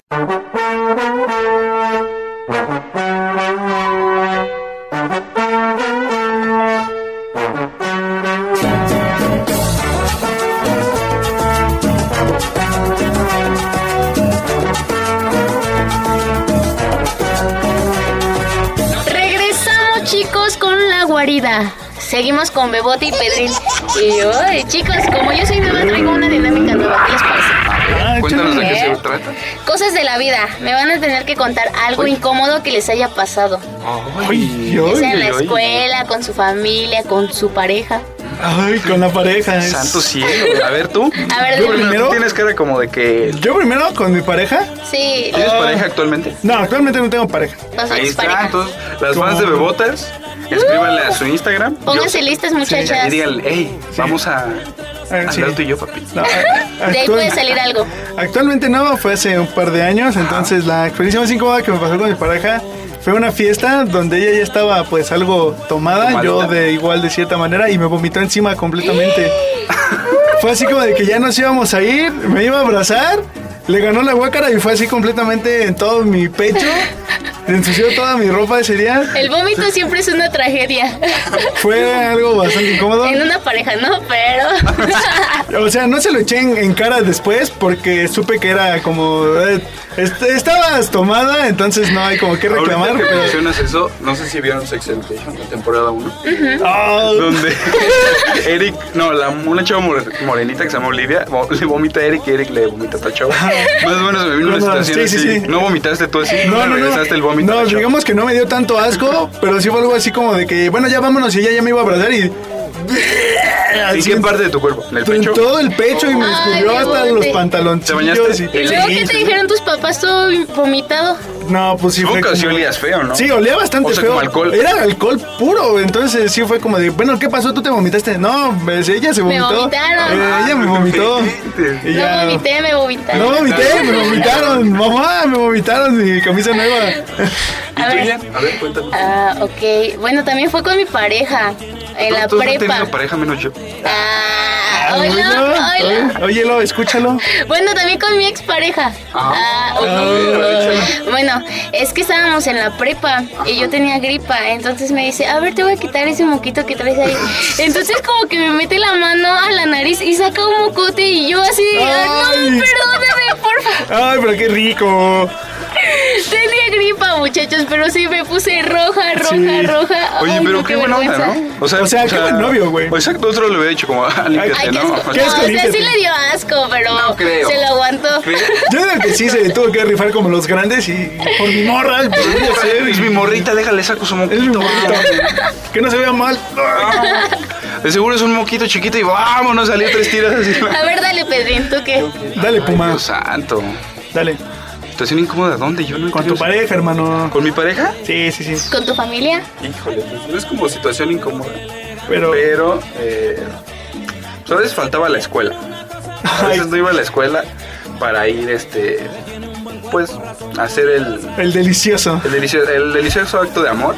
F: Regresamos, chicos, con la guarida. Seguimos con Bebote y Pedrín. Y hoy, chicos, como yo soy nueva, traigo una dinámica nueva. ¿Qué les
G: Oh, Ah,
F: parece?
B: Cuéntanos de qué se trata.
F: Cosas de la vida. Me van a tener que contar algo incómodo que les haya pasado.
G: Ay,
F: Ya sea
G: ay,
F: en la
G: ay.
F: escuela, con su familia, con su pareja.
G: Ay, con la pareja.
B: Santo cielo. A ver tú.
F: A ver,
B: Tú
F: dime.
B: primero. tú Tienes cara como de que.
G: Yo primero con mi pareja.
F: Sí.
B: ¿Tienes pareja actualmente?
G: No, actualmente no tengo pareja.
F: Con su
B: Ahí está.
F: expareja.
B: Entonces, las fans de Bebotas, escríbanle a su Instagram.
F: Pónganse
B: Yo-
F: listas, muchachas.
B: Y díganle, hey, vamos a. Andar tú y yo, papi.
G: No, a-
F: De ahí
G: actual-
F: puede salir algo.
G: Actualmente no, fue hace un par de años, entonces la experiencia más incómoda que me pasó con mi pareja fue una fiesta donde ella ya estaba pues algo tomada,
B: Tomadita.
G: yo de igual de cierta manera y me vomitó encima completamente. fue así como de que ya nos íbamos a ir, me iba a abrazar, le ganó la guácara y fue así completamente en todo mi pecho, ensució toda mi ropa ese día.
F: El vómito siempre es una tragedia.
G: Fue algo bastante incómodo.
F: En una pareja, ¿no? Pero.
G: O sea, no se lo eché en, en cara después porque supe que era como... eh, est- estabas tomada, entonces no hay como que reclamar.
B: Ahorita que
G: pero-
B: mencionas eso, no sé si vieron Sex Education, la temporada 1.
G: Ah,
B: Donde Eric, no, la, una chava more- morenita que se llama Olivia, vo- le vomita a Eric y Eric le vomita a otra chava. Más o menos me vino una
G: No, no,
B: situación
G: sí,
B: así.
G: sí, sí.
B: No vomitaste tú así, no,
G: no, no, no.
B: regresaste el vómito. a
G: No,
B: la chava.
G: digamos que no me dio tanto asco, pero sí fue algo así como de que, bueno, ya vámonos y ella ya me iba a abrazar y...
B: ¿Y qué parte de tu cuerpo? ¿En el
G: En
B: pecho?
G: todo el pecho y me
F: Ay,
G: descubrió
F: mi
G: hasta
F: bote.
G: los
B: ¿Te bañaste?
G: pantaloncillos. y-
F: ¿Y luego qué te dijeron tus papás todo vomitado?
G: No, pues sí fue
B: Supongo que
G: como-
B: sí olías feo, ¿no?
G: Sí, olía bastante
B: O sea,
G: feo.
B: como alcohol.
G: Era alcohol puro, entonces sí fue como de, bueno, ¿qué pasó? ¿Tú te vomitaste? No, pues, ella se
F: Me
G: vomitó.
F: vomitaron.
G: Eh, ella me vomitó. Y
F: No
G: ya-
F: vomité, me vomitaron.
G: No vomité, me vomitaron. Mamá, me vomitaron mi camisa nueva.
F: A
B: ¿Y tú,
F: ver.
B: Ian? A ver, cuéntame.
F: Ah, ok. Bueno, también fue con mi pareja. En la
B: ¿Tú has
F: prepa.
B: tenido pareja menos yo?
F: Ah,
G: Ay,
F: hola,
G: no.
F: hola.
G: Ay, Óyelo, escúchalo.
F: Bueno, también con mi expareja. Ah, ok. Bueno, es que estábamos en la prepa y yo tenía gripa. Entonces me dice, a ver, te voy a quitar ese moquito que traes ahí. Entonces como que me mete la mano a la nariz y saca un mocote y yo así, "Ay,
G: Ay.
F: no, perdóname, por favor.
G: Ay, pero qué rico.
F: Tenía gripa, muchachos, pero sí me puse roja, roja,
G: Sí.
F: roja.
B: Oye,
F: Ay,
B: pero
F: no,
B: qué buena onda,
F: vergüenza.
B: ¿no? O sea,
G: O sea, qué buen novio, güey.
B: Exacto, otro le hubiera dicho como, ah, límpiate,
F: Ay, qué
B: ¿no?
F: asco.
B: O
G: Qué
B: sea,
G: asco,
F: No, o sea, sí
G: límpiate.
F: le dio asco, pero
B: No creo.
F: se lo aguantó.
G: Yo digo que sí se tuvo que rifar como los grandes y por mi morra. y por mí, no sé,
B: Es mi morrita, déjale saco su
G: Es mi
B: moquito.
G: morrito. Que no se vea mal.
B: De seguro es un moquito chiquito y vámonos, salió tres tiras así.
F: A ver, dale, Pedrín, ¿tú qué?
G: Dale, Puma.
B: Dios santo.
G: Dale.
B: Situación incómoda, ¿dónde? Yo no
G: Con tu
B: entiendo.
G: pareja, hermano.
B: ¿Con mi pareja?
G: Sí, sí, sí.
F: ¿Con tu familia?
B: Híjole, pues, no es como situación incómoda.
G: Pero.
B: Pero, eh, pues, a veces faltaba la escuela. A veces no iba a la escuela para ir, este, pues, a hacer el,
G: El delicioso.
B: El delicioso, el delicioso acto de amor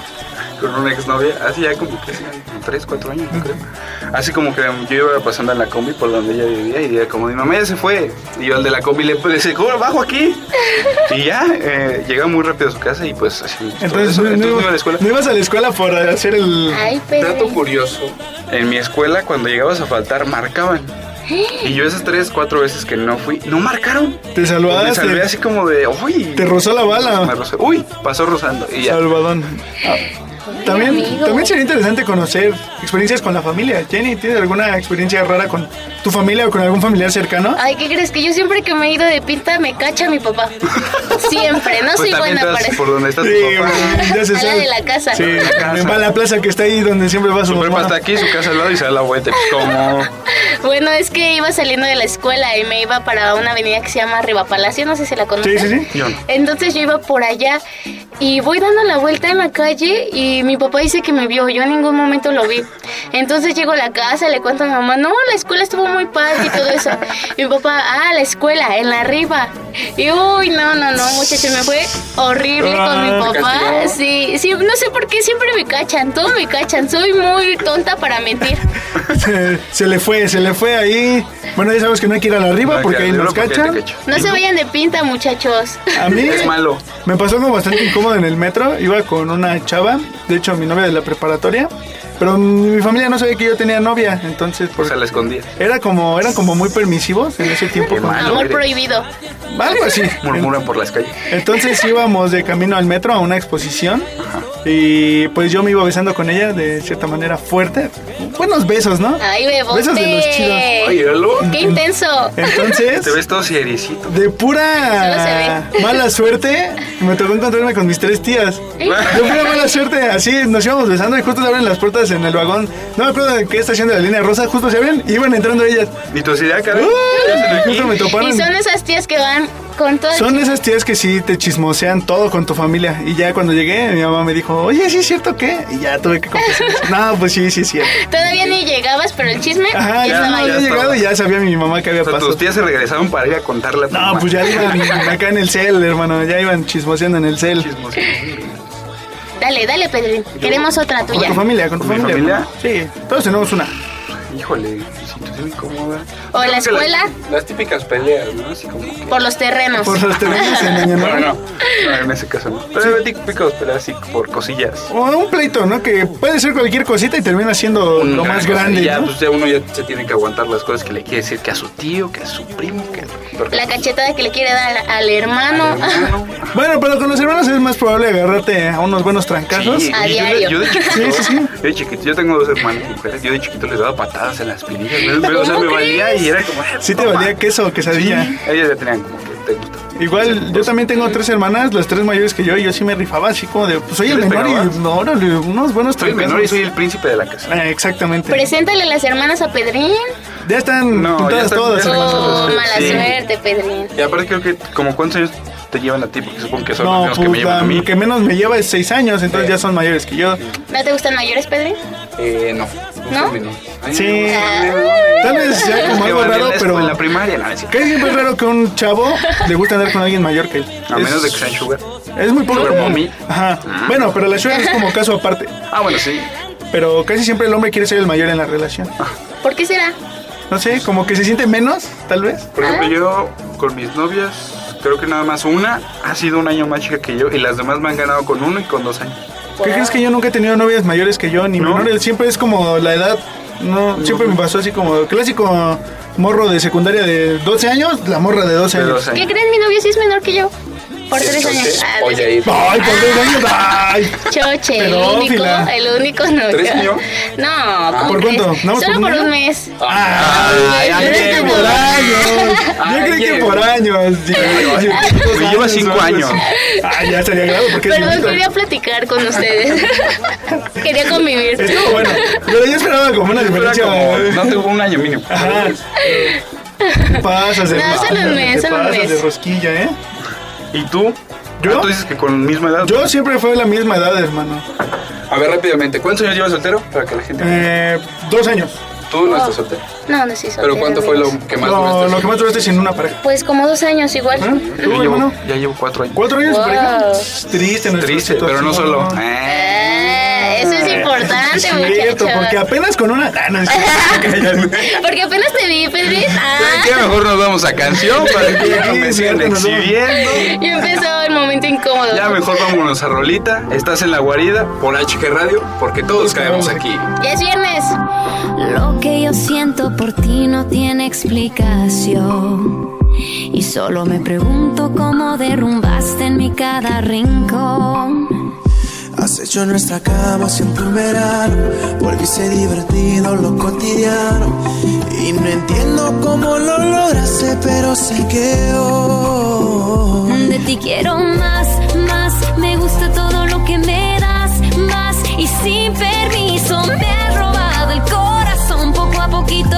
B: con una exnovia, hace ya como que 3, 4 años, yo creo. Así como que yo iba pasando en la combi por donde ella vivía y era como, mi mamá ya se fue. Y yo al de la combi le puse, "Cobra, bajo aquí. Y ya, eh, llegaba muy rápido a su casa y pues así. todo
G: Entonces,
B: eso.
G: no,
B: Entonces
G: no-
B: no iba a la escuela.
G: no ibas a la escuela por hacer el.
F: Ay,
B: Dato
F: Pedrín.
B: curioso, en mi escuela cuando llegabas a faltar marcaban. Y yo esas 3, 4 veces que no fui, no marcaron.
G: ¿Eh? Te
B: Me
G: salvaste.
B: salvé así como de, uy.
G: Te rozó la
B: Me
G: bala.
B: rozó. Uy, pasó rozando. Y ya.
G: Salvadón. Ah, También,
F: amigo.
G: también sería interesante conocer experiencias con la familia. Jenny, ¿tienes alguna experiencia rara con tu familia o con algún familiar cercano?
F: Ay, ¿qué crees? Que yo siempre que me he ido de pinta me cacha mi papá. Siempre, no
B: Pues
F: soy
B: también
F: buena para
B: estás por
F: eso.
B: donde está tu
G: Sí,
B: papá.
G: bueno, ya se
F: A la
G: sabe.
F: de la casa.
G: Sí,
F: La de la
B: casa.
G: va a la plaza que está ahí donde siempre va su
B: Su prepa
G: mamá.
B: está aquí, su casa al lado y se da la vuelta. Pues como.
F: Bueno, es que iba saliendo de la escuela y me iba para una avenida que se llama Rivapalacio, no sé si la
G: Sí,
F: conoces.
G: sí, sí.
B: Yo no.
F: Entonces yo iba por allá y voy dando la vuelta en la calle y mi papá dice que me vio, yo en ningún momento lo vi. Entonces llego a la casa, le cuento a mi mamá, no, la escuela estuvo muy padre y todo eso. Y mi papá, ah, la escuela, en la riva. Y uy, no, no, no, muchacho, me fue horrible con mi
G: Ah,
F: papá. Sí, sí, no sé por qué siempre me cachan, todo me cachan, soy muy tonta para mentir.
G: se, se le fue, se le fue ahí. Bueno, ya sabes que no hay que ir a la arriba
B: No,
G: porque ahí
B: que
G: nos
B: arriba porque ahí
G: cachan.
B: te cacho.
F: No se vayan de pinta, muchachos.
G: A mí
B: Es malo.
G: Me pasó algo bastante incómodo en el metro. Iba con una chava, de hecho mi novia de la preparatoria. Pero mi familia no sabía que yo tenía novia, entonces por
B: Se la escondía.
G: Era como, eran como muy permisivos en ese tiempo. con-
F: Amor prohibido.
G: Algo así.
B: Murmuran por las calles.
G: Entonces íbamos de camino al metro a una exposición y pues yo me iba besando con ella de cierta manera fuerte. Buenos besos, ¿no?
F: Ay, bebote.
G: Besos de los chidos.
B: Ay, aló.
F: Eh, Qué intenso.
G: Entonces,
B: Te ves todo seriecito.
G: de
F: Solo
G: pura
F: se ve.
G: mala suerte, me tocó encontrarme con mis tres tías. De pura mala suerte, así nos íbamos besando y justo se abren las puertas en el vagón. No me acuerdo de qué estación de la línea rosa, justo se abren y iban entrando ellas.
B: Ni tu idea,
G: Uh,
B: cabrón.
G: Justo me toparon.
F: Y son esas tías que van con todo.
G: Son esas tías que sí te chismosean todo con tu familia. Y ya cuando llegué, mi mamá me dijo, oye, ¿sí es cierto qué? Y ya tuve que confesar. no, pues sí, sí es cierto.
F: Todavía ni llegabas, pero el chisme
G: Ajá,
F: ya
G: ya,
F: estaba ahí.
G: había llegado y ya sabía mi mamá que había
B: O sea,
G: pasado.
B: tus tías se regresaron para ir a contarle a tu
G: No,
B: mamá.
G: pues ya iban acá en el cel, hermano. Ya iban chismoseando en el cel.
F: Dale, dale, Pedrín. Queremos otra
G: Con
F: tuya.
G: tu familia, con tu
B: ¿Con mi
G: familia. Sí, todos tenemos una.
B: Híjole, situación incómoda.
F: O
B: Creo
F: la
B: que las-
F: escuela.
B: Las, típicas peleas, ¿no? Así como...
F: Por los terrenos.
G: Por los terrenos en Año Nuevo.
B: No, no, no, en ese caso no. Pero típicas peleas así por cosillas.
G: O un pleito, ¿no? Que puede ser cualquier cosita y termina siendo
B: Un
G: lo
B: gran
G: más
B: cosa, y
G: grande.
B: Ya,
G: ¿no?
B: pues ya uno ya se tiene que aguantar las cosas que le quiere decir que a su tío, que a su primo, que a
F: La cachetada que le quiere dar al, al hermano.
G: Bueno, pero con los hermanos es más probable agarrarte a unos buenos trancazos.
B: Sí, yo
F: A
B: de-
F: diario.
B: Yo de chiquito,
G: Sí, sí, sí.
B: Yo, de chiquito, yo tengo dos hermanas mujeres, yo de chiquito les daba patadas en las pinillas. me- me- o sea,
F: ¿Cómo
B: me valía
F: crees?
B: y era como... eh,
G: Sí te
B: toma.
G: valía queso, quesadilla.
B: Sí, Ellas ya tenían como que te gusta.
G: Igual,
B: pues.
G: yo también tengo tres hermanas, las tres mayores que yo, y yo sí me rifaba así como de, pues soy el
B: ¿Sí les
G: menor
B: pegabas?
G: y no, órale, unos buenos
B: Soy el
G: trancazos.
B: menor y soy el príncipe de la casa.
G: Eh, exactamente.
F: Preséntale las hermanas a Pedrín.
G: ya están
B: No, ya
G: juntadas
B: están-
G: todas.
B: ya están
G: hermanas.
F: Oh,
B: sí.
F: mala
B: Sí.
F: suerte, Pedrín.
B: Y aparte creo que como cuántos años te llevan a ti, porque supongo que son
G: No,
B: los
G: pues
B: que me llevan
G: la
B: a mí.
G: que menos me lleva es seis años, entonces ya son mayores que yo.
F: ¿No te gustan mayores, Pedrín?
B: Eh, no.
F: ¿No? Ah.
G: Sí. Tal vez sea como algo raro, pero...
B: En la primaria, no, es cierto.
G: Que es siempre raro que un chavo le gusta andar con alguien mayor que él.
B: A menos de que
G: Es-
B: sean sugar.
G: Es muy poco.
B: Sugar mommy.
G: Ajá. Bueno, pero la sugar es como caso aparte.
B: Ah, bueno, sí.
G: Pero casi siempre el hombre quiere ser el mayor en la relación.
B: Ah.
F: ¿Por qué será?
G: No sé, como que se siente menos, tal vez.
B: Por ejemplo, yo con mis novias, creo que nada más una ha sido un año más chica que yo y las demás me han ganado con uno y con dos años.
G: ¿Qué crees que yo nunca he tenido novias mayores que yo, ni
B: No. pues.
G: menores? Siempre es como la edad. No, siempre me pasó así como clásico morro de secundaria de 12 años, la morra de 12
B: De
G: años.
B: dos
F: ¿Qué
B: años.
F: creen? Mi novio sí es menor que yo. Por tres años. Ah, no sé.
G: Ay, por dos años, ay.
F: Choche, el único,
G: Pedófila. Ah,
F: el único no.
B: ¿Tres años?
F: No, ¿cómo
G: ¿Por
F: crees?
G: cuánto? ¿Nada más
F: Solo
G: por un
F: por
G: año?
F: un mes.
B: Ah.
G: Ay, yo creí que por años. Yo creí que por años.
B: Me lleva cinco años.
G: Ay, ya estaría grave porque es
F: Perdón,
G: bonito.
F: quería platicar con ustedes. quería convivir.
G: Estuvo bueno. Pero yo esperaba como una
B: Era
G: diferencia.
B: como, no tuvo un año mínimo.
G: Ajá. Te Pasas,
F: No,
G: hermano,
F: solo un mes,
G: te
F: solo un
G: pasas
F: mes.
G: de rosquilla, ¿eh?
B: ¿Y tú?
G: ¿Yo?
B: Ah, tú dices que con la misma edad.
G: Yo siempre fue de la misma edad, hermano.
B: A ver, rápidamente, ¿cuántos años llevas soltero? Para que la gente...
G: Eh, dos años.
B: Tú no estás soltero.
F: No, no sí, soltera,
B: ¿Pero cuánto fue lo
F: amigos.
B: que más
G: Lo,
B: duraste?
G: lo que más duraste sin una pareja.
F: Pues como dos años igual.
G: ¿Eh?
B: Yo
G: ¿Tú,
B: llevo,
G: hermano?
B: ya llevo cuatro años.
G: ¿Cuatro años sin
F: Wow.
G: pareja? Triste, nuestra
B: Triste, pero no
G: situación.
B: solo. Eh.
F: Ah, eso es importante,
G: Es Eh, cierto,
F: muchachos.
G: porque apenas con una. Ah, no, es cierto.
F: Porque apenas te vi, Pedrín.
B: ¿Saben
F: Ah,
B: qué? Mejor nos vamos a canción para que ya no me
G: Sí,
B: sigan
G: cierto, nos vamos.
B: exhibiendo.
F: y empezó el momento incómodo.
B: Ya mejor vámonos a Rolita. Estás en la guarida por HG Radio porque todos caemos aquí.
F: Ya es viernes.
J: Lo que yo siento por ti no tiene explicación. Y solo me pregunto cómo derrumbaste en mi cada rincón.
N: Has hecho nuestra cama siempre un verano, volviste divertido lo cotidiano. Y no entiendo cómo lo lograste, pero sé que hoy.
J: De ti quiero más, más. Me gusta todo lo que me das, más. Y sin permiso me has robado el corazón poco a poquito.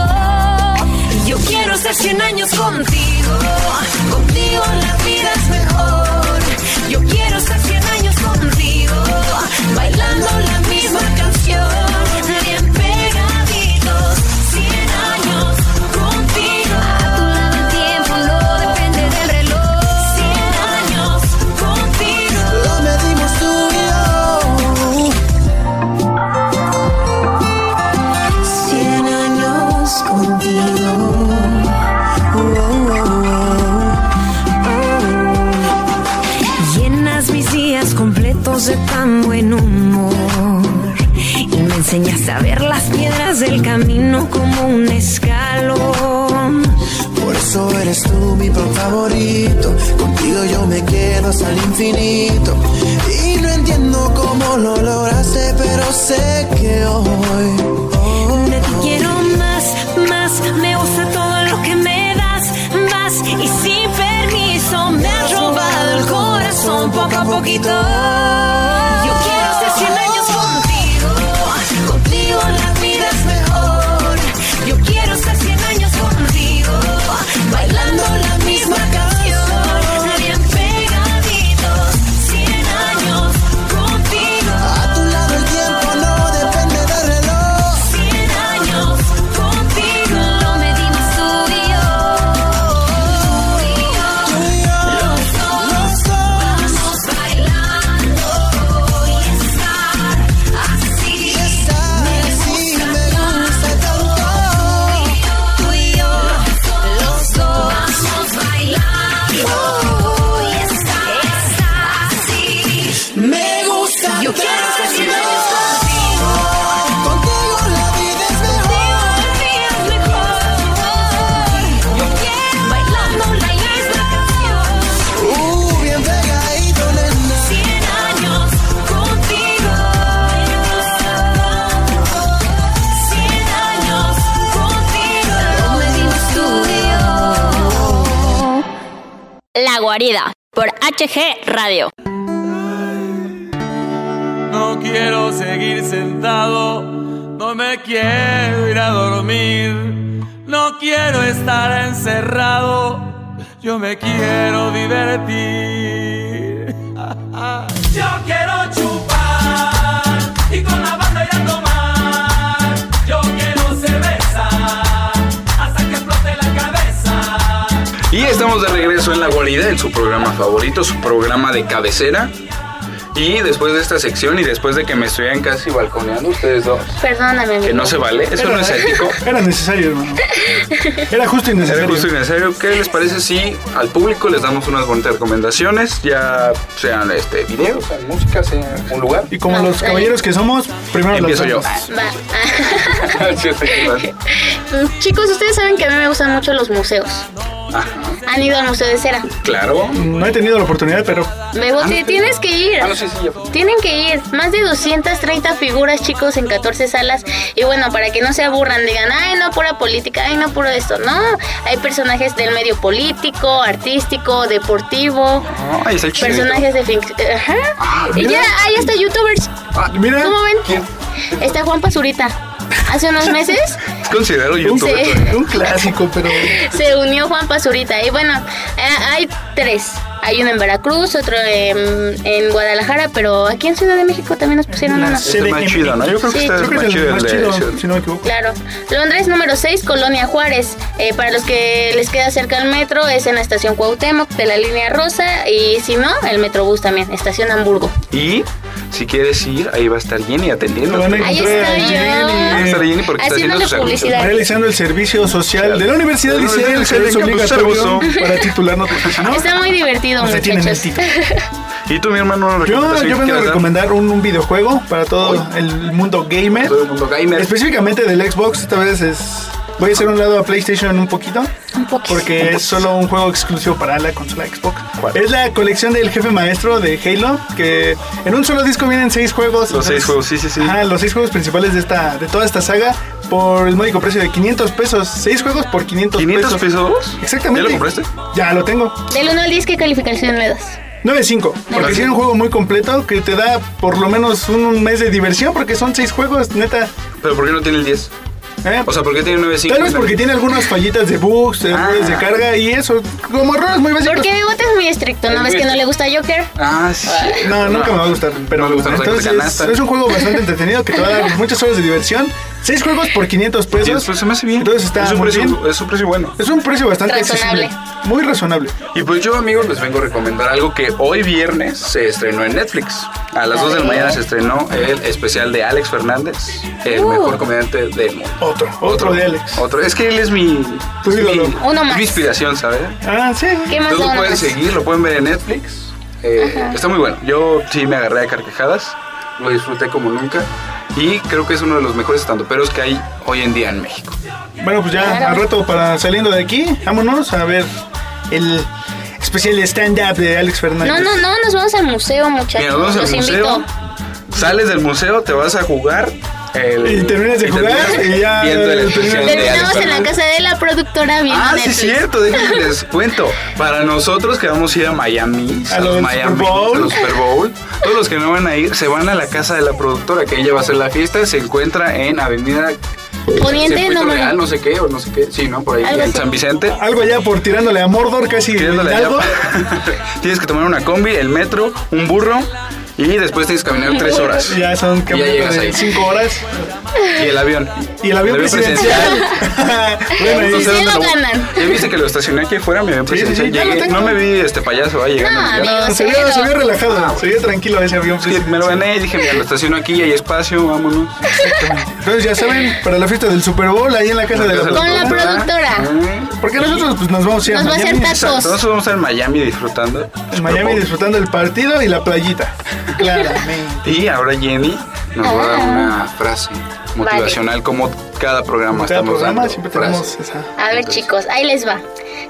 J: Y Yo quiero ser 100 años contigo. Contigo la vida es mejor. Yo quiero ser 100 años contigo. Bailando la misma canción. Bien pegaditos. 100 años contigo. A tu lado el tiempo no depende del reloj. 100 años contigo.
N: Lo medimos tú y yo. 100 años contigo. Uh, uh, uh. camino como un escalón. Por eso eres tú mi pan favorito. Contigo yo me quedo hasta el infinito. Y no entiendo cómo lo lograste, pero sé que hoy. hoy,
J: De ti quiero más, más, me gusta todo lo que me das, más y sin permiso me has robado el corazón poco a poquito. Oh, Yo quiero ser 100 años contigo, contigo la vida es mejor. Yo quiero ser 100 años contigo, bailando la misma canción, bien pegaditos, 100 años contigo.
N: A tu lado el tiempo no depende del reloj.
J: 100 años contigo lo medimos tú y yo. Tú y yo, los dos, vamos bailando y estar así.
N: así me gusta tanto.
J: Tú y yo, los dos, vamos bailando y estar así.
N: Me gusta
J: Yo quiero ser
N: tanto.
J: cien años contigo.
N: Contigo la vida es mejor.
J: es mejor. Yo quiero bailando la misma canción.
N: Uh, bien pegadito, nena.
J: 100 años contigo. 100 años contigo. Lo medimos tú y yo.
I: La guarida por HG Radio.
O: No quiero seguir sentado, no me quiero ir a dormir, no quiero estar encerrado, yo me quiero divertir.
P: Yo quiero chupar y con la banda ir a tomar. Yo quiero cerveza hasta que explote la cabeza.
B: Y estamos de regreso en La Guarida, en su programa favorito, su programa de cabecera. Y después de esta sección y después de que me estuvieran casi balconeando ustedes dos,
F: Perdóname,
B: que
F: amigo.
B: no se vale, eso no es ético.
G: Era necesario, hermano. Era justo y necesario.
B: Era justo y necesario. ¿Qué les parece si al público les damos unas bonitas recomendaciones? Ya sean este videos, sean músicas, en un lugar.
G: Y como los caballeros que somos, primero
B: Empiezo
G: los
B: yo.
G: santos.
F: Va.
B: Sí, sí, sí.
F: Mm, Chicos, ustedes saben que a mí me gustan mucho los museos. Han ido al museo de cera.
B: Ah, Claro.
G: No he tenido la oportunidad, pero
F: Me voté, tienes que ir.
B: Ah, no, sí, sí, yo.
F: Tienen que ir. Más de 230 figuras, chicos, en 14 salas. Y bueno, para que no se aburran, digan, ay, no, pura política, ay, no, puro esto. No, hay personajes del medio político, artístico, deportivo.
B: Ay, está chido.
F: personajes de ficción. Ajá. y ya, hay hasta youtubers.
B: mira.
F: ¿Cómo ven? Está Juan Pazurita. Hace unos meses
B: Considero youtuber.
F: Sí.
B: todavía.
G: un clásico, pero
F: se unió Juan Pazurita. Y bueno, eh, hay tres. Hay uno en Veracruz, otro en, en Guadalajara, pero aquí en Ciudad de México también nos pusieron
B: La
F: uno.
B: Este es más CDMX. chido, ¿no? Yo creo que este es más
G: el
B: chido el de Ciudad-
G: chido, si no me equivoco.
F: Claro. Londres número 6, Colonia Juárez. Eh, para los que les queda cerca el metro, es en la estación Cuauhtémoc de la línea rosa. Y si no, el Metrobús también, estación Hamburgo.
B: Y si quieres ir, ahí va a estar Jenny atendiendo.
G: Van a
F: Ahí
G: encontrar
F: estoy
G: a
F: yo.
B: Va a estar Jenny porque está haciendo
F: Haciéndole
B: sus servicios.
F: publicidad.
G: Realizando el servicio social de la Universidad
B: De la
G: Liceal,
B: Universidad Liceal,
G: que es
B: que es
G: obligatorio
B: obligatorio.
G: para titular no porque si no,
F: Está muy divertido,
G: no se tienen el
F: muchachos.
G: título.
B: Y tú, mi hermano, una
G: Yo,
B: recomendación
G: yo
B: que
G: vengo a
B: quieras dar?
G: recomendar un, un videojuego para todo el mundo gamer.
B: Todo el mundo gamer.
G: Específicamente del Xbox, esta vez es. Voy a hacer un lado a PlayStation un poquito. Porque es solo un juego exclusivo para la consola Xbox. Es la colección del jefe maestro de Halo, que en un solo disco vienen seis juegos.
B: Los seis juegos, sí, sí, sí.
G: Ajá, los seis juegos principales de esta, de toda esta saga por el módico precio de 500 pesos. Seis juegos por 500
B: ¿500
G: pesos.
B: pesos?
G: Exactamente.
B: ¿Ya lo compraste?
G: Ya lo tengo.
F: Del 1 al 10, ¿qué calificación le das?
G: 9.5, porque
B: Gracias.
G: sí es un juego muy completo que te da por lo menos un, un mes de diversión porque son seis juegos, neta.
B: ¿Pero por qué no tiene el 10?
G: ¿eh?
B: O sea, ¿por qué tiene 9.5?
G: Tal vez porque tiene algunas fallitas de bugs,
B: Ah.
G: de errores de carga y eso, como errores muy básicos.
F: Porque mi bote es muy estricto, ¿no
B: Es
F: ves
B: muy
F: que no
B: estricto.
F: le gusta Joker?
B: Ah, sí.
G: No, nunca me va a gustar, pero
B: No le gustan los tacos de
G: entonces
B: canasta.
G: es un juego bastante entretenido que te va a dar muchas horas de diversión. Seis juegos por 500 pesos.
B: Pues se me hace bien.
G: Entonces está
B: es un,
G: muy
B: precio,
G: bien.
B: es un precio bueno.
G: Es un precio bastante
F: Razonable.
G: accesible. Muy razonable.
B: Y pues yo, amigos, les vengo a recomendar algo que hoy viernes se estrenó en Netflix. A las 2 de la mañana se estrenó el especial de Alex Fernández, el
F: Uh.
B: mejor comediante del mundo.
G: Otro, otro, de Alex.
B: Otro. Es que él es mi,
G: Tu
B: es
G: ídolo.
B: mi-
F: Uno
B: es
F: más.
B: mi inspiración, ¿sabes?
G: Ah, sí.
F: ¿Qué más
B: Entonces
F: da
B: lo
F: uno
B: pueden
F: más?
B: seguir, lo pueden ver en Netflix. Eh, está muy bueno. Yo sí me agarré a carcajadas. Lo disfruté como nunca. Y creo que es uno de los mejores estandoperos que hay hoy en día en México.
G: Bueno, pues ya al rato para saliendo de aquí, vámonos a ver el especial de stand-up de Alex Fernández.
F: No, no, no, nos vamos al museo,
B: Mira,
F: muchachos.
B: nos vamos al
F: Los
B: museo.
F: invito.
B: Sales del museo, te vas a jugar. el-
G: Y terminas de jugar
B: terminas
G: y ya-
B: viendo el especial de Alex
F: Terminamos en la
B: Fernández.
F: casa de la productora viendo
B: Ah, sí,
F: Netflix.
B: es cierto, déjenme les cuento. Para nosotros que vamos a ir a Miami, a, los Miami, a los Super Bowl, todos los que no van a ir se van a la casa de la productora, que ella va a hacer la fiesta, se encuentra en Avenida
G: Poniente,
B: Circuito
G: no,
B: Real,
G: no.
B: no sé qué, o no sé qué, sí, ¿no? Por ahí,
G: Algo
B: en
G: así.
B: San Vicente.
G: Algo allá por tirándole a Mordor, casi
B: Tirándole allá
G: algo.
B: Tienes que tomar una combi, el metro, un burro y después tienes que caminar tres horas.
G: Ya son
B: Y ya llegas
G: caminatas de
B: ahí.
G: cinco horas.
B: Y el avión.
G: Y el avión presidencial.
B: Bueno,
G: Sí,
B: no sé
G: sí
B: dónde
G: lo
B: lo-
G: ganan.
B: Ya viste que lo estacioné aquí afuera, mi avión presidencial.
G: sí, ya lo
B: Llegué,
G: tengo.
B: no me vi este payaso, va llegando.
G: No,
B: Ya.
G: amigo, Se vio- cero. se vio relajado, se vio tranquilo ese avión.
B: Sí, me lo gané y dije, mira, lo estaciono aquí, hay espacio, vámonos.
G: Entonces ya saben, para la fiesta del Super Bowl ahí en la casa de la
F: Con la productora.
G: Porque nosotros pues, nos vamos a ir a
F: Nos va a hacer
G: Miami.
F: tacos. Exacto,
B: Nosotros vamos a estar en Miami disfrutando.
G: En Miami disfrutando el partido y la playita. Claramente.
B: Y ahora Jenny nos va a dar una frase motivacional como cada programa
G: Cada
B: estamos
G: programa
B: dando
G: siempre
B: frases.
G: tenemos esa.
F: A ver chicos, ahí les va.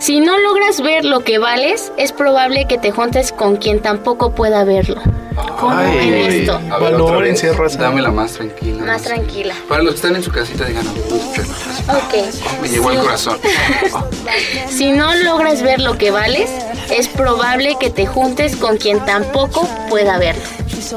F: Si no logras ver lo que vales, es probable que te juntes con quien tampoco pueda verlo. ¿Cómo ven esto?
B: a ver, otra vez.
G: Valórense, raza.
B: Dámela más tranquila.
F: Más tranquila.
B: Para los que están en su casita, digan,
F: Ok.
B: me llegó al corazón.
F: Si no logras ver lo que vales, es probable que te juntes con quien tampoco pueda verlo.